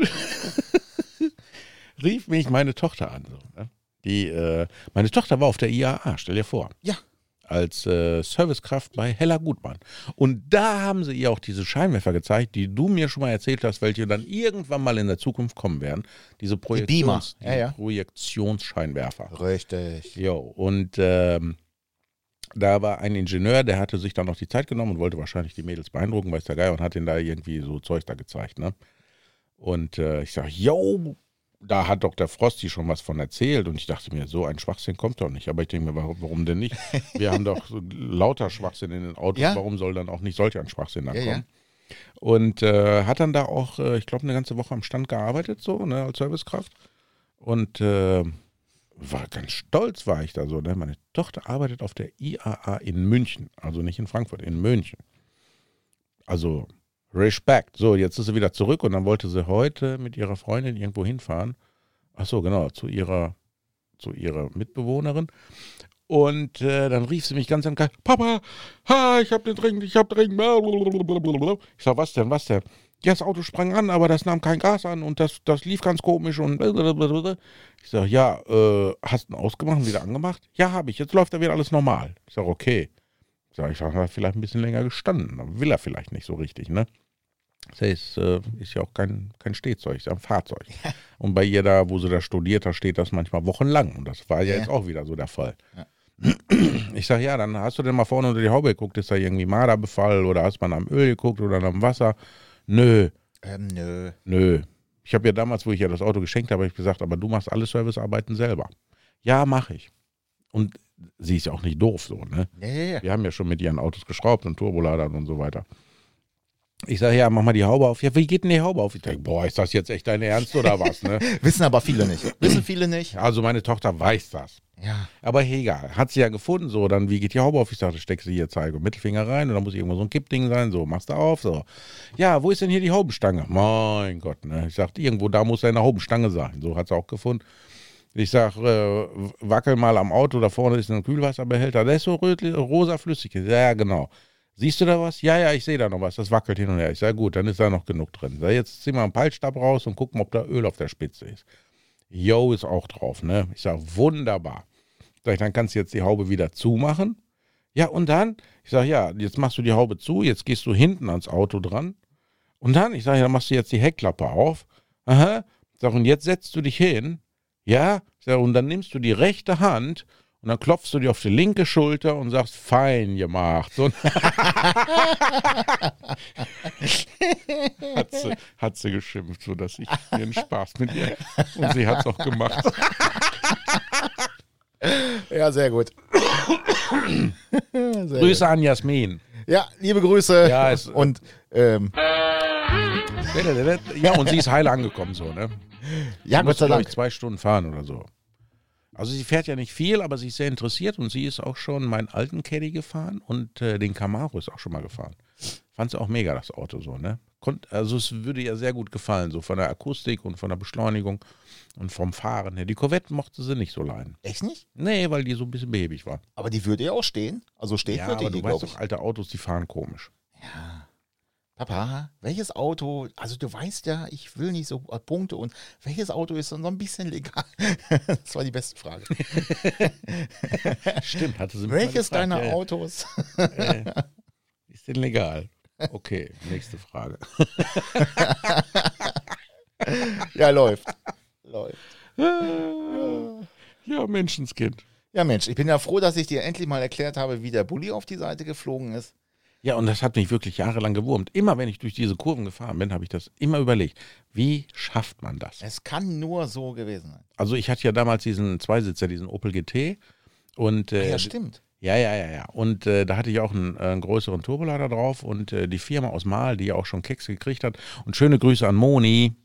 Speaker 3: Rief mich meine Tochter an. So, ne? Die, äh, meine Tochter war auf der IAA, stell dir vor.
Speaker 2: Ja.
Speaker 3: Als äh, Servicekraft bei Hella Gutmann. Und da haben sie ihr auch diese Scheinwerfer gezeigt, die du mir schon mal erzählt hast, welche dann irgendwann mal in der Zukunft kommen werden. Diese, Projektions
Speaker 2: Ja, ja.
Speaker 3: diese Projektionsscheinwerfer.
Speaker 2: Richtig.
Speaker 3: Jo, und ähm, da war ein Ingenieur, der hatte sich dann noch die Zeit genommen und wollte wahrscheinlich die Mädels beeindrucken, weiß der Geier, und hat ihnen da irgendwie so Zeug da gezeigt, ne? Und äh, ich sage, yo, da hat Dr. Frosty schon was von erzählt. Und ich dachte mir, so ein Schwachsinn kommt doch nicht. Aber ich denke mir, warum, warum denn nicht? Wir haben doch so lauter Schwachsinn in den Autos.
Speaker 2: Ja.
Speaker 3: Warum soll dann auch nicht solch ein Schwachsinn dann
Speaker 2: Ja, ja.
Speaker 3: kommen? Und äh, hat dann da auch, äh, ich glaube, eine ganze Woche am Stand gearbeitet, so, ne, als Servicekraft. Und äh, war ganz stolz, war ich da so. Ne? Meine Tochter arbeitet auf der IAA in München, also nicht in Frankfurt, in München. Also Respekt. So, jetzt ist sie wieder zurück und dann wollte sie heute mit ihrer Freundin irgendwo hinfahren. Ach so, genau, zu ihrer, zu ihrer Mitbewohnerin. Und äh, dann rief sie mich ganz an, Papa, ha, ich hab den dringend, ich hab dringend. blablabla." Ich sag, was denn, was denn? Ja, das Auto sprang an, aber das nahm kein Gas an und das, das lief ganz komisch und blablabla." Ich sag, ja, äh, hast du ihn ausgemacht und wieder angemacht? Ja, habe ich, jetzt läuft da wieder alles normal. Ich sag, okay. Ich sag, ich sag, hat vielleicht ein bisschen länger gestanden, dann will er vielleicht nicht so richtig, ne? Das ist, äh, ist ja auch kein, kein Stehzeug, ist ja ein Fahrzeug. Und bei ihr da, wo sie da studiert, da steht das manchmal wochenlang. Und das war ja,
Speaker 2: Ja.
Speaker 3: jetzt auch wieder so der Fall.
Speaker 2: Ja.
Speaker 3: Ich sage, ja, dann hast du denn mal vorne unter die Haube geguckt, ist da irgendwie Marderbefall oder hast man am Öl geguckt oder am Wasser? Nö,
Speaker 2: Ähm, nö.
Speaker 3: Nö. Ich habe ja damals, wo ich ja das Auto geschenkt habe, hab ich gesagt, aber du machst alle Servicearbeiten selber. Ja, mache ich. Und sie ist ja auch nicht doof so, ne?
Speaker 2: Ja, ja, ja.
Speaker 3: Wir haben ja schon mit ihren Autos geschraubt und Turboladern und so weiter. Ich sage, ja, mach mal die Haube auf. Ja, wie geht denn die Haube auf? Ich denke, boah, ist das jetzt echt dein Ernst oder was, ne?
Speaker 2: Wissen aber viele nicht. Wissen viele nicht.
Speaker 3: Also meine Tochter weiß das.
Speaker 2: Ja.
Speaker 3: Aber hey, egal, hat sie ja gefunden, so, dann wie geht die Haube auf? Ich dachte, steck sie hier Zeige und Mittelfinger rein und dann muss irgendwo so ein Kippding sein, so, machst du auf, so. Ja, wo ist denn hier die Haubenstange? Mein Gott, ne? Ich sagte, irgendwo da muss eine Haubenstange sein, so hat sie auch gefunden. Ich sag, äh, wackel mal am Auto, da vorne ist ein Kühlwasserbehälter, der ist so rötli- rosa flüssig. Ja, ja, genau. Siehst du da was? Ja, ja, ich sehe da noch was. Das wackelt hin und her. Ich sage, gut, dann ist da noch genug drin. Sag, jetzt ziehen wir einen Peilstab raus und gucken, ob da Öl auf der Spitze ist. Yo ist auch drauf, ne? Ich sage, wunderbar. Sag ich, dann kannst du jetzt die Haube wieder zumachen. Ja, und dann? Ich sage, ja, jetzt machst du die Haube zu, jetzt gehst du hinten ans Auto dran. Und dann? Ich sage, ja, dann machst du jetzt die Heckklappe auf. Aha. Sag, und jetzt setzt du dich hin. Ja. Ich sag, und dann nimmst du die rechte Hand und dann klopfst du dir auf die linke Schulter und sagst, fein gemacht. So. hat, sie, hat sie geschimpft, sodass ich mir einen Spaß mit ihr. Und sie hat es auch gemacht.
Speaker 2: Ja, sehr gut. sehr
Speaker 3: Grüße an Jasmin.
Speaker 2: gut. Ja, liebe Grüße.
Speaker 3: Ja, es-
Speaker 2: Und ähm,
Speaker 3: Ja, und sie ist heil angekommen, so, ne?
Speaker 2: ja, Gott sei
Speaker 3: glaub ich,
Speaker 2: Dank.
Speaker 3: zwei Stunden fahren oder so. Also sie fährt ja nicht viel, aber sie ist sehr interessiert und sie ist auch schon meinen alten Caddy gefahren und äh, den Camaro ist auch schon mal gefahren. Fand sie auch mega, das Auto so, ne? Konnt, also es würde ihr sehr gut gefallen, so von der Akustik und von der Beschleunigung und vom Fahren her. Die Corvette mochte sie nicht so leiden.
Speaker 2: Echt nicht?
Speaker 3: Nee, weil die so ein bisschen behäbig war.
Speaker 2: Aber die würde ja auch stehen. Also steht
Speaker 3: ja,
Speaker 2: würde
Speaker 3: aber
Speaker 2: die,
Speaker 3: du
Speaker 2: glaube
Speaker 3: weißt
Speaker 2: ich.
Speaker 3: doch, alte Autos, die fahren komisch.
Speaker 2: Papa, welches Auto, also du weißt ja, ich will nicht so Punkte und welches Auto ist denn so ein bisschen legal? das war die beste Frage.
Speaker 3: Stimmt, hatte sie mich mal
Speaker 2: welches
Speaker 3: gefragt,
Speaker 2: deiner
Speaker 3: ja, ja.
Speaker 2: Autos?
Speaker 3: Ist denn legal? Okay, nächste Frage.
Speaker 2: ja, läuft. läuft.
Speaker 3: Ja, Menschenskind.
Speaker 2: Ja, Mensch, ich bin ja froh, dass ich dir endlich mal erklärt habe, wie der Bulli auf die Seite geflogen ist.
Speaker 3: Ja, und das hat mich wirklich jahrelang gewurmt. Immer wenn ich durch diese Kurven gefahren bin, habe ich das immer überlegt. Wie schafft man das?
Speaker 2: Es kann nur so gewesen sein.
Speaker 3: Also ich hatte ja damals diesen Zweisitzer, diesen Opel GT. Und,
Speaker 2: Ah,
Speaker 3: äh,
Speaker 2: ja, stimmt.
Speaker 3: Ja, ja, ja, ja. Und äh, da hatte ich auch einen, äh, einen größeren Turbolader drauf und äh, die Firma aus Mahl, die ja auch schon Kekse gekriegt hat. Und schöne Grüße an Moni.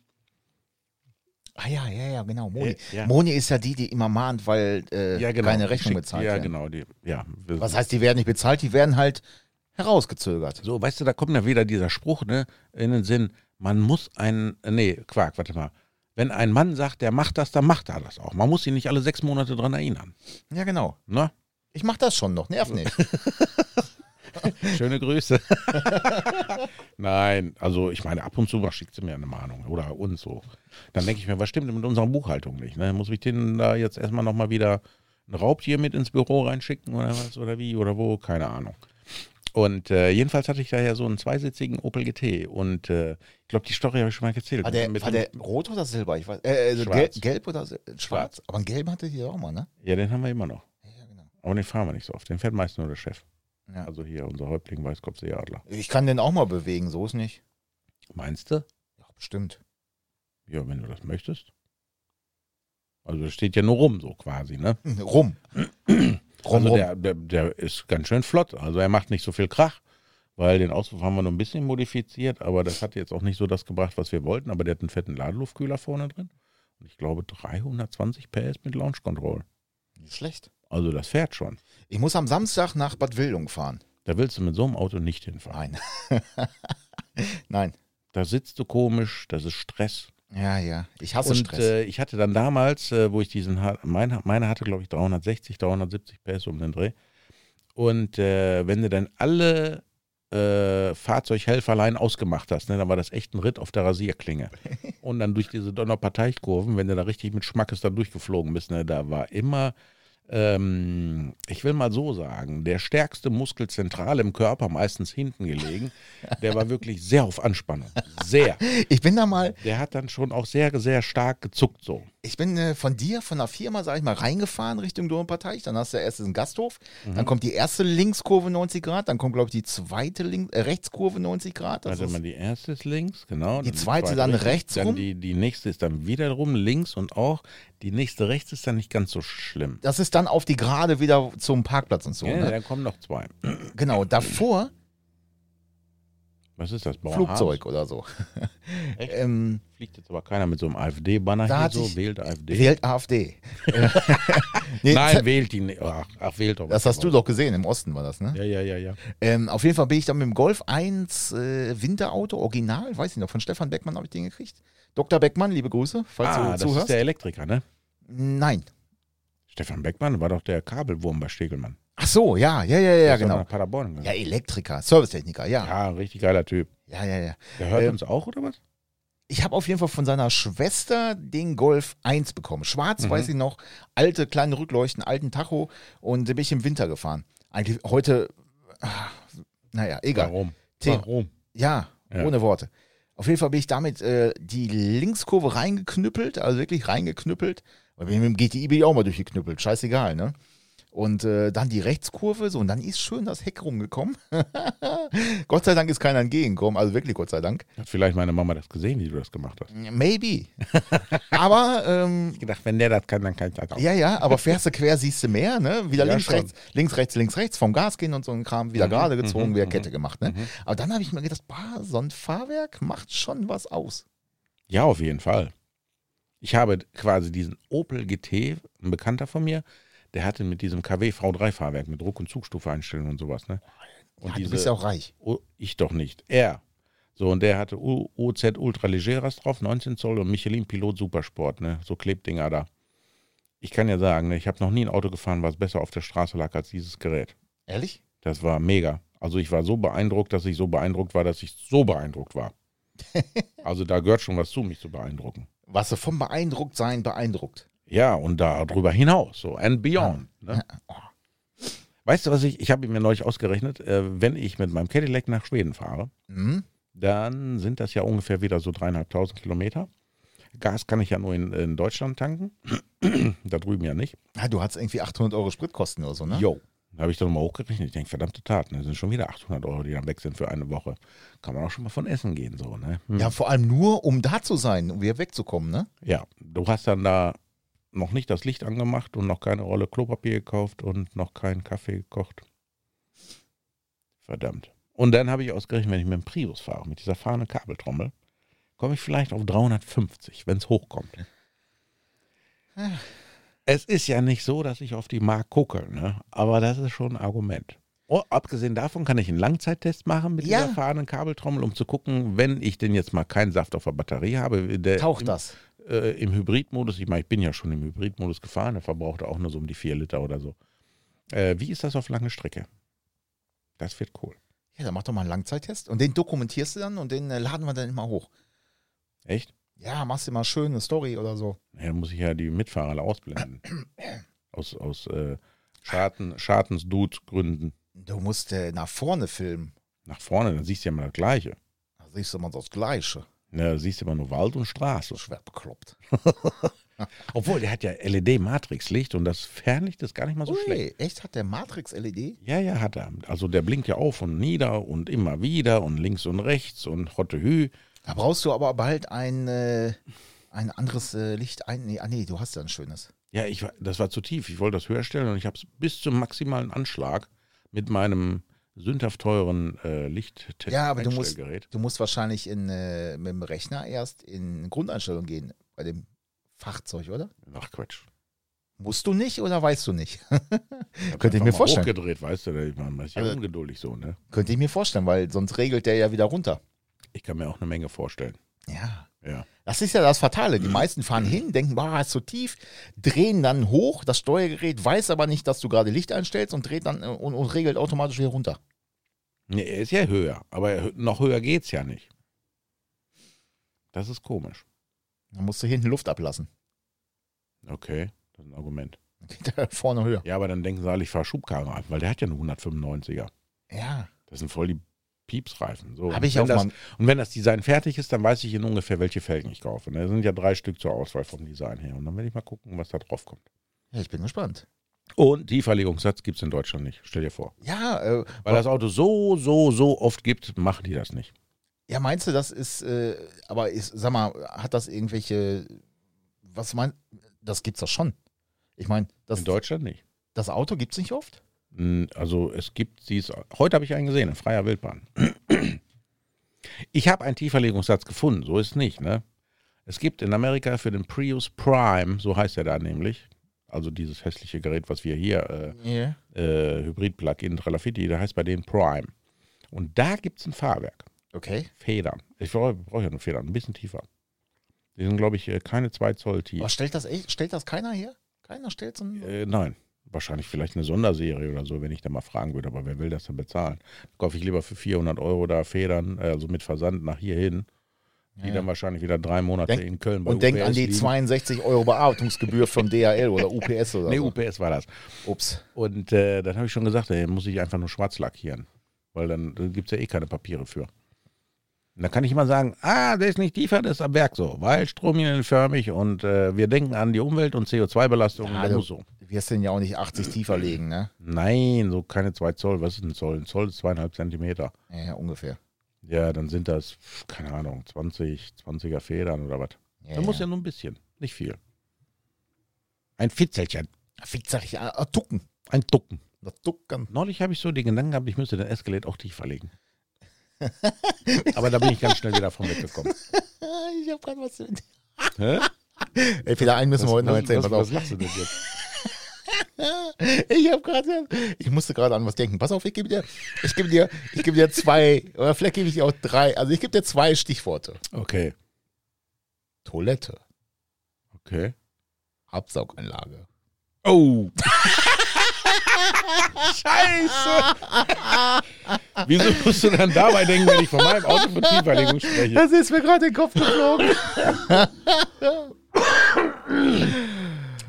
Speaker 2: Ah ja, ja, ja, genau. Moni.
Speaker 3: Äh, Ja, ja.
Speaker 2: Moni ist ja die, die immer mahnt, weil äh,
Speaker 3: Ja, genau.
Speaker 2: keine Rechnung
Speaker 3: Schickt-
Speaker 2: bezahlt
Speaker 3: Ja,
Speaker 2: werden.
Speaker 3: genau. Die, ja.
Speaker 2: Was heißt, die werden nicht bezahlt, die werden halt herausgezögert.
Speaker 3: So, weißt du, da kommt ja wieder dieser Spruch ne, in den Sinn, man muss einen, nee, Quark, warte mal. Wenn ein Mann sagt, der macht das, dann macht er das auch. Man muss ihn nicht alle sechs Monate dran erinnern.
Speaker 2: Ja, genau.
Speaker 3: Ne?
Speaker 2: Ich mach das schon noch, nerv nicht.
Speaker 3: Schöne Grüße. Nein, also ich meine, ab und zu mal schickt sie mir eine Mahnung oder uns so. Dann denke ich mir, was stimmt denn mit unserer Buchhaltung nicht? Ne? Muss ich denen da jetzt erstmal nochmal wieder ein Raubtier mit ins Büro reinschicken oder was oder wie oder wo? Keine Ahnung. Und äh, jedenfalls hatte ich da ja so einen zweisitzigen Opel GT und äh, ich glaube, die Story habe ich schon mal erzählt.
Speaker 2: War Ah, der,
Speaker 3: Mit-
Speaker 2: war der rot oder silber? Ich weiß, äh, also
Speaker 3: Schwarz.
Speaker 2: gelb, gelb oder sil- schwarz?
Speaker 3: Schwarz.
Speaker 2: Aber einen gelben hatte ich hier auch mal, ne?
Speaker 3: ja, den haben wir immer noch.
Speaker 2: Ja, genau.
Speaker 3: Aber den fahren wir nicht so oft. Den fährt meist nur der Chef.
Speaker 2: Ja.
Speaker 3: Also hier unser Häuptling Weißkopfseeadler.
Speaker 2: Ich kann den auch mal bewegen, so ist nicht.
Speaker 3: Meinst du?
Speaker 2: Ja, bestimmt.
Speaker 3: Ja, wenn du das möchtest. Also das steht ja nur rum, so quasi, ne?
Speaker 2: Hm, Rum. rum,
Speaker 3: also
Speaker 2: rum.
Speaker 3: Der, der, der ist ganz schön flott. Also er macht nicht so viel Krach, weil den Auspuff haben wir nur ein bisschen modifiziert, aber das hat jetzt auch nicht so das gebracht, was wir wollten. Aber der hat einen fetten Ladeluftkühler vorne drin. Und ich glaube 320 PS mit Launch Control.
Speaker 2: Nicht schlecht.
Speaker 3: Also das fährt schon.
Speaker 2: Ich muss am Samstag nach Bad Wildung fahren.
Speaker 3: Da willst du mit so einem Auto nicht hinfahren.
Speaker 2: Nein. Nein.
Speaker 3: Da sitzt du komisch, das ist Stress.
Speaker 2: Ja, ja. Ich hasse
Speaker 3: und
Speaker 2: Stress.
Speaker 3: Äh, ich hatte dann damals, äh, wo ich diesen, ha- mein, meine hatte glaube ich 360, 370 PS um den Dreh. Und äh, wenn du dann alle äh, Fahrzeughelferlein ausgemacht hast, ne, dann war das echt ein Ritt auf der Rasierklinge. Und dann durch diese Donnerparteikurven, wenn du da richtig mit Schmackes da durchgeflogen bist, ne, da war immer, ähm, ich will mal so sagen, der stärkste Muskel zentral im Körper, meistens hinten gelegen, der war wirklich sehr auf Anspannung. Sehr.
Speaker 2: ich bin da mal,
Speaker 3: Der hat dann schon auch sehr, sehr stark gezuckt so.
Speaker 2: ich bin äh, von dir, von der Firma, sag ich mal, reingefahren Richtung Domparteich. Dann hast du erst diesen Gasthof.
Speaker 3: Mhm.
Speaker 2: Dann kommt die erste Linkskurve 90 Grad. Dann kommt, glaube ich, die zweite Link äh, Rechtskurve 90 Grad. Das
Speaker 3: also
Speaker 2: ist,
Speaker 3: mal, die erste ist links, genau.
Speaker 2: Die zweite dann rechts
Speaker 3: Dann
Speaker 2: rum?
Speaker 3: die, die nächste ist dann wieder rum, links und auch. Die nächste rechts ist dann nicht ganz so schlimm.
Speaker 2: das ist dann auf die Gerade wieder zum Parkplatz und so.
Speaker 3: ja,
Speaker 2: Ne?
Speaker 3: Dann kommen noch zwei.
Speaker 2: Genau, davor
Speaker 3: Was ist das? Bauernhaus?
Speaker 2: Flugzeug oder so.
Speaker 3: Echt?
Speaker 2: ähm,
Speaker 3: Fliegt jetzt aber keiner mit so einem AfD-Banner
Speaker 2: Da
Speaker 3: hier
Speaker 2: hat
Speaker 3: so,
Speaker 2: sich-
Speaker 3: wählt AfD.
Speaker 2: wählt AfD. nee,
Speaker 3: Nein,
Speaker 2: Nein,
Speaker 3: wählt die nicht. Ach, ach, wählt doch.
Speaker 2: das hast du doch gesehen, im Osten war das, ne?
Speaker 3: Ja, ja, ja, ja.
Speaker 2: Ähm, auf jeden Fall bin ich dann mit dem Golf 1 äh, Winterauto, Original, weiß ich noch, von Stefan Beckmann habe ich den gekriegt. Dr. Beckmann, liebe Grüße, falls
Speaker 3: ah,
Speaker 2: du
Speaker 3: das ist
Speaker 2: zuhörst.
Speaker 3: der Elektriker, ne?
Speaker 2: Nein.
Speaker 3: Stefan Beckmann war doch der Kabelwurm bei Stegelmann.
Speaker 2: Ach so, ja, ja, ja,
Speaker 3: Der
Speaker 2: ja,
Speaker 3: ist doch
Speaker 2: genau.
Speaker 3: Nach Paderborn
Speaker 2: Ja,
Speaker 3: gegangen.
Speaker 2: Elektriker, Servicetechniker, ja.
Speaker 3: ja, richtig geiler Typ.
Speaker 2: Ja, ja, ja.
Speaker 3: Der hört
Speaker 2: Ähm,
Speaker 3: uns auch, oder was?
Speaker 2: Ich habe auf jeden Fall von seiner Schwester den Golf 1 bekommen. Schwarz,
Speaker 3: Mhm.
Speaker 2: weiß ich noch, alte kleine Rückleuchten, alten Tacho und den bin ich im Winter gefahren. Eigentlich heute, ah, naja, egal.
Speaker 3: Warum?
Speaker 2: Thema.
Speaker 3: Warum?
Speaker 2: Ja,
Speaker 3: Ja.
Speaker 2: ohne Worte. Auf jeden Fall bin ich damit äh, die Linkskurve reingeknüppelt, also wirklich reingeknüppelt. Und bin mit dem GTI bin ich auch mal durchgeknüppelt, scheißegal, ne? Und äh, dann die Rechtskurve, so, und dann ist schön das Heck rumgekommen. Gott sei Dank ist keiner entgegengekommen, also wirklich Gott sei Dank.
Speaker 3: Hat vielleicht meine Mama das gesehen, wie du das gemacht hast.
Speaker 2: Maybe. aber, ähm,
Speaker 3: gedacht, wenn der das kann, dann kann ich das auch.
Speaker 2: ja, ja, aber fährst du quer, siehst du mehr, ne? Wieder
Speaker 3: Ja,
Speaker 2: links,
Speaker 3: schon.
Speaker 2: rechts, links, rechts, links, rechts, vom Gas gehen und so ein Kram, wieder
Speaker 3: Mhm,
Speaker 2: gerade gezogen,
Speaker 3: mhm,
Speaker 2: wieder
Speaker 3: mhm,
Speaker 2: Kette gemacht, ne? Aber dann habe ich mir gedacht, bah, so ein Fahrwerk macht schon was aus.
Speaker 3: Ja, auf jeden Fall. Ich habe quasi diesen Opel GT, ein Bekannter von mir, der hatte mit diesem KW V3-Fahrwerk mit Druck- und Zugstufe einstellen und sowas. Ne? Und
Speaker 2: ja, du bist ja auch reich.
Speaker 3: oh, ich doch nicht, er. So, und der hatte U- OZ Ultra Legeras drauf, 19 Zoll und Michelin Pilot Supersport, ne? so Klebdinger da. Ich kann ja sagen, ne, ich habe noch nie ein Auto gefahren, was besser auf der Straße lag als dieses Gerät.
Speaker 2: Ehrlich?
Speaker 3: Das war mega. Also ich war so beeindruckt, dass ich so beeindruckt war, dass ich so beeindruckt war. Also da gehört schon was zu, mich zu beeindrucken.
Speaker 2: Warst du vom Beeindrucktsein beeindruckt?
Speaker 3: Ja, und darüber hinaus, so and beyond. Ne? Weißt du, was ich, ich habe mir neulich ausgerechnet, äh, wenn ich mit meinem Cadillac nach Schweden fahre,
Speaker 2: Hm?
Speaker 3: dann sind das ja ungefähr wieder so dreieinhalbtausend Kilometer. Gas kann ich ja nur in, in Deutschland tanken, da drüben ja nicht.
Speaker 2: Ja, du hattest irgendwie 800 Euro Spritkosten oder so, ne?
Speaker 3: Jo. Da habe ich dann mal hochgerechnet. Ich denke, verdammte Tat, ne? das sind schon wieder 800 Euro, die dann weg sind für eine Woche. Kann man auch schon mal von essen gehen, so, ne? Hm.
Speaker 2: Ja, vor allem nur, um da zu sein, um wieder wegzukommen, ne?
Speaker 3: Ja, du hast dann da noch nicht das Licht angemacht und noch keine Rolle Klopapier gekauft und noch keinen Kaffee gekocht. Verdammt. Und dann habe ich ausgerechnet, wenn ich mit dem Prius fahre, mit dieser fahrenden Kabeltrommel, komme ich vielleicht auf 350, wenn es hochkommt. Es ist ja nicht so, dass ich auf die Mark gucke, ne? aber das ist schon ein Argument. Oh, abgesehen davon kann ich einen Langzeittest machen mit
Speaker 2: Ja.
Speaker 3: dieser fahrenden Kabeltrommel, um zu gucken, wenn ich denn jetzt mal keinen Saft auf der Batterie habe. Der
Speaker 2: Taucht
Speaker 3: im,
Speaker 2: das.
Speaker 3: Äh, Im Hybridmodus, ich meine, ich bin ja schon im Hybridmodus gefahren, der verbraucht auch nur so um die 4 Liter oder so. Äh, wie ist das auf lange Strecke? Das wird cool.
Speaker 2: Ja, dann mach doch mal einen Langzeittest und den dokumentierst du dann und den äh, laden wir dann immer hoch.
Speaker 3: Echt?
Speaker 2: Ja, machst dir mal schön eine Story oder so.
Speaker 3: Ja, dann muss ich ja die Mitfahrer alle ausblenden. Aus, aus äh, Schaden, Schadensdut-Gründen.
Speaker 2: Du musst äh, nach vorne filmen.
Speaker 3: Nach vorne, dann siehst du ja immer das Gleiche.
Speaker 2: Da siehst du immer das Gleiche.
Speaker 3: Ne, da siehst du immer nur Wald und Straße.
Speaker 2: So schwer bekloppt.
Speaker 3: Obwohl, der hat ja LED-Matrixlicht und das Fernlicht ist gar nicht mal so
Speaker 2: Ui,
Speaker 3: schlecht.
Speaker 2: echt? Hat der E Matrix-LED?
Speaker 3: Ja, ja, hat er. Also der blinkt ja auf und nieder und immer wieder und links und rechts und hotte hü.
Speaker 2: Da brauchst du aber bald ein, äh, ein anderes äh, Licht. Ein, nee, ah, nee, du hast ja ein schönes.
Speaker 3: Ja, ich, war- das war zu tief. Ich wollte das höher stellen und ich habe es bis zum maximalen Anschlag mit meinem sündhaft teuren äh, licht
Speaker 2: Ja, aber du musst, du musst wahrscheinlich in, äh, mit dem Rechner erst in Grundeinstellung gehen bei dem Fachzeug, oder?
Speaker 3: Ach, Quatsch.
Speaker 2: Musst du nicht oder weißt du nicht?
Speaker 3: hab
Speaker 2: Könnte ich mir
Speaker 3: einfach mal
Speaker 2: vorstellen.
Speaker 3: Hochgedreht, weißt du, ich meine, das ist ja
Speaker 2: Also-
Speaker 3: ungeduldig so, ne?
Speaker 2: Könnte ich mir vorstellen, weil sonst regelt der ja wieder runter.
Speaker 3: Ich kann mir auch eine Menge vorstellen.
Speaker 2: Ja.
Speaker 3: Ja.
Speaker 2: Das ist ja das Fatale.
Speaker 3: Mhm.
Speaker 2: Die meisten fahren hin, denken, wow, ist so tief, drehen dann hoch, das Steuergerät weiß aber nicht, dass du gerade Licht einstellst und dreht dann äh, und, und regelt automatisch wieder runter.
Speaker 3: Nee, er ist ja höher, aber er- noch höher geht's ja nicht. Das ist komisch.
Speaker 2: Dann musst du hinten Luft ablassen.
Speaker 3: Okay, das ist ein Argument.
Speaker 2: Dann geht er vorne höher.
Speaker 3: Ja, aber dann denken sie alle, ich fahre Schubkarre ab, weil der hat ja eine 195er.
Speaker 2: Ja.
Speaker 3: Das sind voll die Piepsreifen. So.
Speaker 2: Hab ich
Speaker 3: und,
Speaker 2: auch
Speaker 3: wenn das,
Speaker 2: mal-
Speaker 3: und wenn das Design fertig ist, dann weiß ich in ungefähr, welche Felgen ich kaufe. ne? Da sind ja drei Stück zur Auswahl vom Design her. Und dann werde ich mal gucken, was da drauf kommt.
Speaker 2: ja ich bin gespannt.
Speaker 3: Und die Verlegungssatz gibt es in Deutschland nicht. Stell dir vor.
Speaker 2: Ja, äh,
Speaker 3: Weil das Auto so, so, so oft gibt, machen die das nicht.
Speaker 2: ja, meinst du, das ist, äh, aber ist, sag mal, hat das irgendwelche, was meinst das gibt's doch schon. Ich meine, das,
Speaker 3: In Deutschland nicht.
Speaker 2: das Auto gibt's nicht oft.
Speaker 3: Mm, Also es gibt dies. Heute habe ich einen gesehen, in freier Wildbahn. Ich habe einen Tieferlegungssatz gefunden, so ist es nicht, ne? Es gibt in Amerika für den Prius Prime, so heißt er da nämlich, also dieses hässliche Gerät, was wir hier,
Speaker 2: Ja.
Speaker 3: äh, äh, Hybrid-Plug-in Tralafiti, der heißt bei denen Prime. Und da gibt es ein Fahrwerk.
Speaker 2: Okay.
Speaker 3: Federn. Ich brauche brauch ja nur Federn, ein bisschen tiefer. Die sind, glaube ich, äh, keine 2 Zoll tief.
Speaker 2: Aber stellt das echt, stellt das keiner her? Keiner stellt so ein.
Speaker 3: Äh, nein. Wahrscheinlich vielleicht eine Sonderserie oder so, wenn ich da mal fragen würde. Aber wer will das denn bezahlen? Kaufe ich lieber für 400 Euro da Federn, äh, also mit Versand nach hier hin, die
Speaker 2: Ja.
Speaker 3: dann wahrscheinlich wieder drei Monate
Speaker 2: Denk-
Speaker 3: in Köln bei
Speaker 2: Und denk
Speaker 3: UPS
Speaker 2: an die
Speaker 3: liegen.
Speaker 2: 62 Euro Bearbeitungsgebühr von DHL oder UPS oder
Speaker 3: Nee,
Speaker 2: so.
Speaker 3: UPS war das.
Speaker 2: Ups.
Speaker 3: Und äh, dann habe ich schon gesagt, ey, muss ich einfach nur schwarz lackieren. Weil dann gibt es ja eh keine Papiere für. Und da kann ich immer sagen, ah, der ist nicht tiefer, der ist am Werk so. Weil stromlinienförmig und äh, wir denken an die Umwelt und CO2-Belastung.
Speaker 2: Ja,
Speaker 3: der
Speaker 2: du-
Speaker 3: muss so.
Speaker 2: Du wirst den ja auch nicht 80 tiefer legen, ne?
Speaker 3: Nein, so keine 2 Zoll. Was ist ein Zoll? Ein Zoll ist zweieinhalb Zentimeter.
Speaker 2: Ja, ja, ungefähr.
Speaker 3: Ja, dann sind das, pf, keine Ahnung, 20, 20er Federn oder was.
Speaker 2: Ja,
Speaker 3: da muss ja nur ein bisschen, nicht viel. Ein Fitzelchen,
Speaker 2: Fick, sag ich, ah, ah, ducken.
Speaker 3: ein Ducken.
Speaker 2: Das ducken.
Speaker 3: Neulich habe ich so den Gedanken gehabt, ich müsste den Escalade auch tiefer legen. Aber da bin ich ganz schnell wieder von weggekommen.
Speaker 2: Ah, Ich hab grad was.
Speaker 3: Hä?
Speaker 2: Ey, wieder einen müssen wir heute noch erzählen.
Speaker 3: was,
Speaker 2: Pass
Speaker 3: was
Speaker 2: auf.
Speaker 3: lachst du denn jetzt?
Speaker 2: Ich hab gerade, ich musste gerade an was denken. Pass auf, ich gebe dir, ich gebe dir, ich gebe dir zwei, oder vielleicht gebe ich dir auch drei. Also ich gebe dir zwei Stichworte.
Speaker 3: Okay,
Speaker 2: Toilette,
Speaker 3: okay.
Speaker 2: Absauganlage.
Speaker 3: Oh! Scheiße! Wieso musst du dann dabei denken, wenn ich von meinem Auto von Tieferlegung spreche?
Speaker 2: Das ist mir gerade in den Kopf geflogen.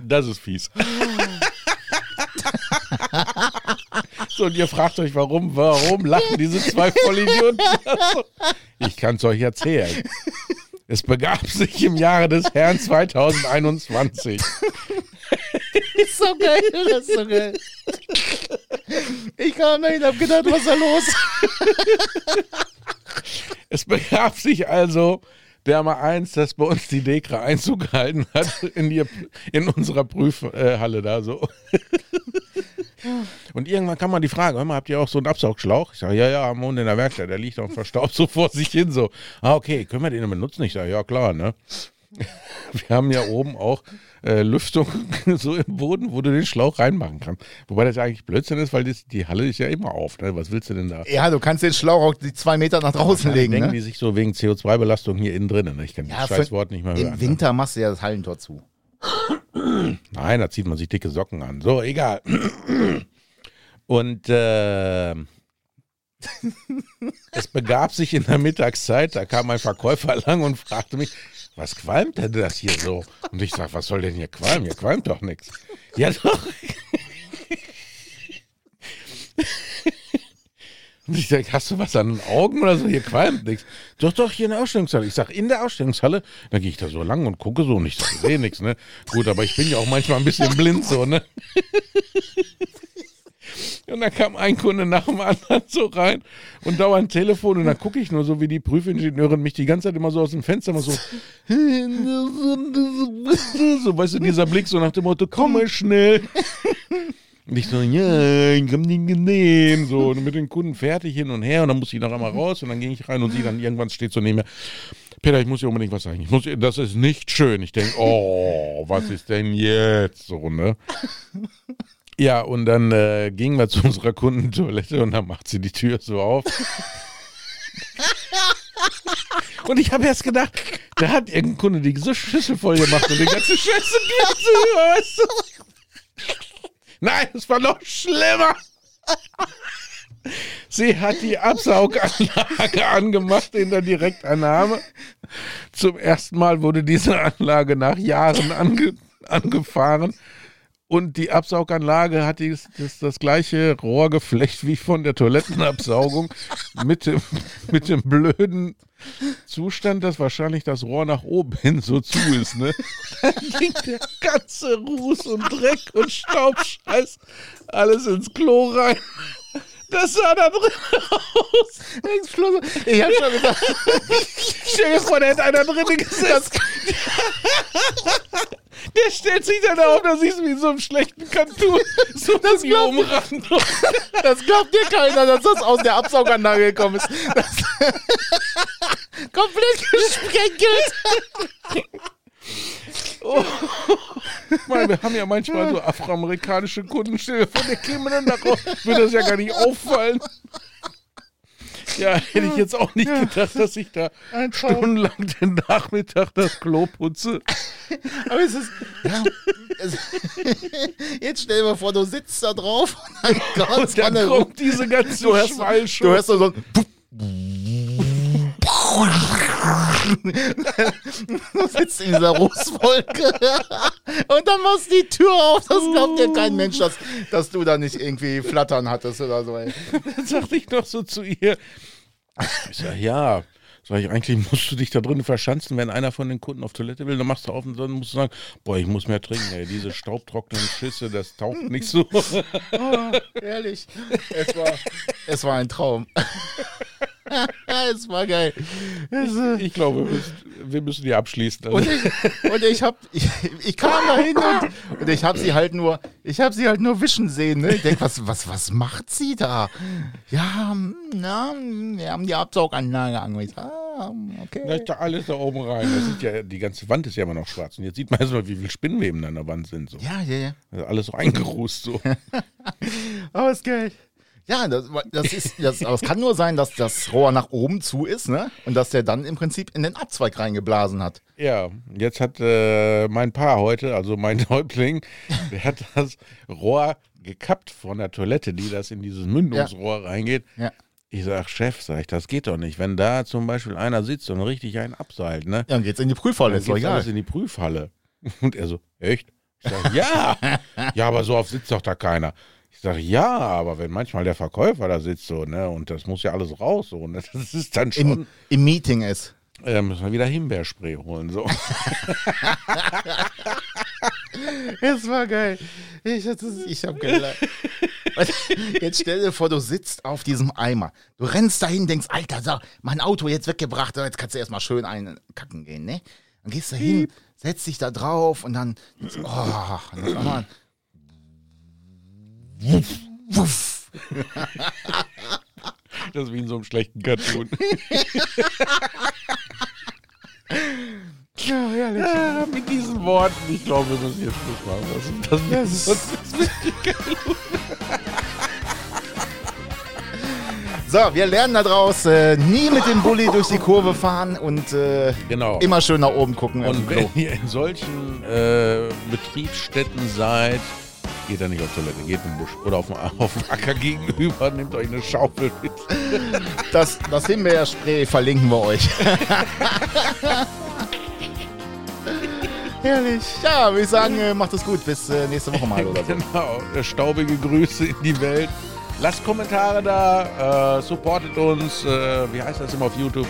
Speaker 3: Das ist fies. so, und ihr fragt euch, warum, warum lachen diese zwei Vollidioten? ich kann es euch erzählen. Es begab sich im Jahre des Herrn 2021.
Speaker 2: ist so geil, das ist so geil. Ich kam dahin, hab gedacht, was ist da los?
Speaker 3: Es begab sich also der mal eins, dass bei uns die Dekra Einzug gehalten hat in, ihr, in unserer Prüfhalle da so. Und irgendwann kam mal die Frage, hör mal, habt ihr auch so einen Absaugschlauch? Ich sage, ja, ja, am Mond in der Werkstatt, der liegt da und verstaubt so vor sich hin so. Ah, okay, können wir den denn benutzen? Ich sage, ja, klar, ne? Wir haben ja oben auch äh, Lüftung so im Boden, wo du den Schlauch reinmachen kannst. Wobei das ja eigentlich Blödsinn ist, weil das, die Halle ist ja immer auf. Ne? Was willst du denn da?
Speaker 2: Ja, du kannst den Schlauch auch die zwei Meter nach draußen
Speaker 3: Dann
Speaker 2: legen.
Speaker 3: denken
Speaker 2: Ne?
Speaker 3: die sich so wegen CO2-Belastung hier innen drinnen. ne? Ich kann das
Speaker 2: für-
Speaker 3: Scheißwort nicht mehr hören.
Speaker 2: Im
Speaker 3: ne?
Speaker 2: Winter machst du ja das Hallentor zu.
Speaker 3: Nein, da zieht man sich dicke Socken an. So, egal. Und äh, es begab sich in der Mittagszeit, da kam ein Verkäufer lang und fragte mich, was qualmt denn das hier so? Und ich sage, was soll denn hier qualmen? Hier qualmt doch nichts. Ja doch. Und ich sage, hast du was an den Augen oder so? Hier qualmt nichts. Doch, doch, hier in der Ausstellungshalle. Ich sage, in der Ausstellungshalle? Da gehe ich da so lang und gucke so und ich sag, ich sehe nichts, ne? Gut, aber ich bin ja auch manchmal ein bisschen blind so, ne? Und dann kam ein Kunde nach dem anderen so rein und dauernd Telefon und dann gucke ich nur so, wie die Prüfingenieurin mich die ganze Zeit immer so aus dem Fenster mal so, so, weißt du, dieser Blick so nach dem Motto, komme schnell. Und ich so, ja, ich komm nicht genehm. So, und mit den Kunden fertig hin und her. Und dann muss ich noch einmal raus. Und dann ging ich rein und sie dann irgendwann steht so neben mir. Peter, ich muss dir unbedingt was sagen. Ich muss, ihr- das ist nicht schön. Ich denke, oh, was ist denn jetzt? So, ne? Ja, und dann äh, gingen wir zu unserer Kundentoilette und dann macht sie die Tür so auf. Und ich habe erst gedacht, da hat irgendein Kunde die so Schüssel voll gemacht und die ganze Scheiße Bier zu, weißt du? Nein, es war noch schlimmer. Sie hat die Absauganlage angemacht in der Direktannahme. Zum ersten Mal wurde diese Anlage nach Jahren ange angefahren. Und die Absauganlage hat dies, das, das gleiche Rohrgeflecht wie von der Toilettenabsaugung mit dem, mit dem blöden Zustand, dass wahrscheinlich das Rohr nach oben hin so zu ist. Ne? Dann ging der ganze Ruß und Dreck und Staubscheiß alles ins Klo rein. Das sah da drin aus.
Speaker 2: Explosion. Ich hab schon gesagt,
Speaker 3: Stell dir vor, da hätte einer drin gesessen. Der stellt sich dann auf, da siehst du wie in so einem schlechten Cartoon. So das hier
Speaker 2: glaub
Speaker 3: umrannt.
Speaker 2: das glaubt dir keiner, dass das aus der Absauganlage gekommen ist. Das Komplett gesprenkelt.
Speaker 3: Ich meine, wir haben ja manchmal so afroamerikanische Kunden. Stell dir vor, der käme dann darauf. Würde das ja gar nicht auffallen. Ja, hätte ich jetzt auch nicht gedacht, dass ich da
Speaker 2: Ein Traum.
Speaker 3: stundenlang den Nachmittag das Klo putze.
Speaker 2: Aber es ist. Ja, es, jetzt stell dir mal vor, du sitzt da drauf und dann kommt
Speaker 3: Dann
Speaker 2: eine-
Speaker 3: kommt diese ganze
Speaker 2: du hörst, du
Speaker 3: Schwallschuld.
Speaker 2: hörst nur so ein. Du sitzt in dieser Rußwolke und dann machst du die Tür auf. Das glaubt dir kein Mensch, dass, dass du da nicht irgendwie flattern hattest oder so. Ey.
Speaker 3: Dann sagte ich noch so zu ihr. Ich sag, ja. Sag ich, eigentlich musst du dich da drin verschanzen, wenn einer von den Kunden auf Toilette will, dann machst du auf und dann musst du sagen, boah, ich muss mehr trinken, ey, diese staubtrockenen Schüsse, das taugt nicht so.
Speaker 2: Ehrlich, es war, es war ein Traum. es war geil.
Speaker 3: Ich glaube, wir müssen, wir müssen die abschließen. Also,
Speaker 2: Und ich, und ich hab, ich, ich kam da hin und, und ich hab sie halt nur, ich hab sie halt nur wischen sehen, ne? Ich denk, was, was, was macht sie da? Ja, hm, na, hm, wir haben die Absauganlage angewiesen. Ah,
Speaker 3: da
Speaker 2: okay.
Speaker 3: ist da alles da oben rein. Das sieht ja, die ganze Wand ist ja immer noch schwarz. Und jetzt sieht man erstmal, wie viele Spinnweben an der Wand sind. So.
Speaker 2: Ja, ja, ja.
Speaker 3: Also alles so eingerußt. So.
Speaker 2: Aber ist geil. Ja, das, war- das ist, das, aber es kann nur sein, dass das Rohr nach oben zu ist, ne? Und dass der dann im Prinzip in den Abzweig reingeblasen hat.
Speaker 3: Ja, jetzt hat äh, mein Paar heute, also mein Häuptling, der hat das Rohr gekappt von der Toilette, die das in dieses Mündungsrohr reingeht.
Speaker 2: Ja.
Speaker 3: Ich sag, Chef, sag ich, das geht doch nicht. Wenn da zum Beispiel einer sitzt und richtig einen abseilt, ne?
Speaker 2: Ja, dann geht's in die Prüfhalle,
Speaker 3: Dann
Speaker 2: ist doch
Speaker 3: geht's
Speaker 2: egal.
Speaker 3: alles in die Prüfhalle. Und er so, echt? Ich sag, ja. ja, aber so oft sitzt doch da keiner. Ich sag, ja, aber wenn manchmal der Verkäufer da sitzt so, ne? Und das muss ja alles raus so, ne? Das ist dann schon.
Speaker 2: Im, Im Meeting ist.
Speaker 3: äh, müssen wir wieder Himbeerspray holen. So.
Speaker 2: Es war geil. Ich, das ist- ich hab gelacht. Jetzt stell dir vor, du sitzt auf diesem Eimer. Du rennst dahin, denkst, Alter, so, mein Auto jetzt weggebracht, so, jetzt kannst du erstmal schön einen kacken gehen, ne? Dann gehst du hin, setzt dich da drauf und dann, denkst du, oh, und dann mal, wuff, wuff.
Speaker 3: Das ist wie in so einem schlechten Cartoon.
Speaker 2: Ja, ja. Herrlich.
Speaker 3: Ja, mit diesen Worten, ich glaube, wir müssen jetzt Schluss machen. Das, das, das,
Speaker 2: Das
Speaker 3: das,
Speaker 2: ist So, wir lernen da draus, äh, nie mit dem Bulli durch die Kurve fahren und äh,
Speaker 3: Genau.
Speaker 2: immer schön nach oben gucken. auf dem
Speaker 3: Und wenn
Speaker 2: Klo.
Speaker 3: ihr in solchen äh, Betriebsstätten seid, geht da nicht auf Toilette, geht in den Busch oder auf den, auf den Acker gegenüber, nehmt euch eine Schaufel mit.
Speaker 2: Das, das Himbeerspray verlinken wir euch. Herrlich. Ja, würde ich sagen, äh, macht es gut. Bis äh, nächste Woche mal oder so.
Speaker 3: Genau, äh, staubige Grüße in die Welt. Lasst Kommentare da, äh, supportet uns, äh, wie heißt das immer auf YouTube?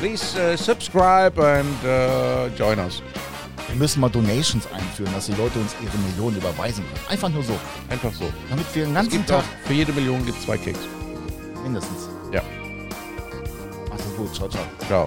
Speaker 3: Please äh, subscribe and äh, join us.
Speaker 2: Wir müssen mal Donations einführen, dass die Leute uns ihre Millionen überweisen können. Einfach nur so.
Speaker 3: Einfach so.
Speaker 2: Damit wir den
Speaker 3: Es
Speaker 2: ganzen
Speaker 3: gibt
Speaker 2: Tag
Speaker 3: auch, für jede Million gibt es zwei Keks.
Speaker 2: mindestens.
Speaker 3: Ja,
Speaker 2: Macht es gut. Ciao, ciao.
Speaker 3: ciao.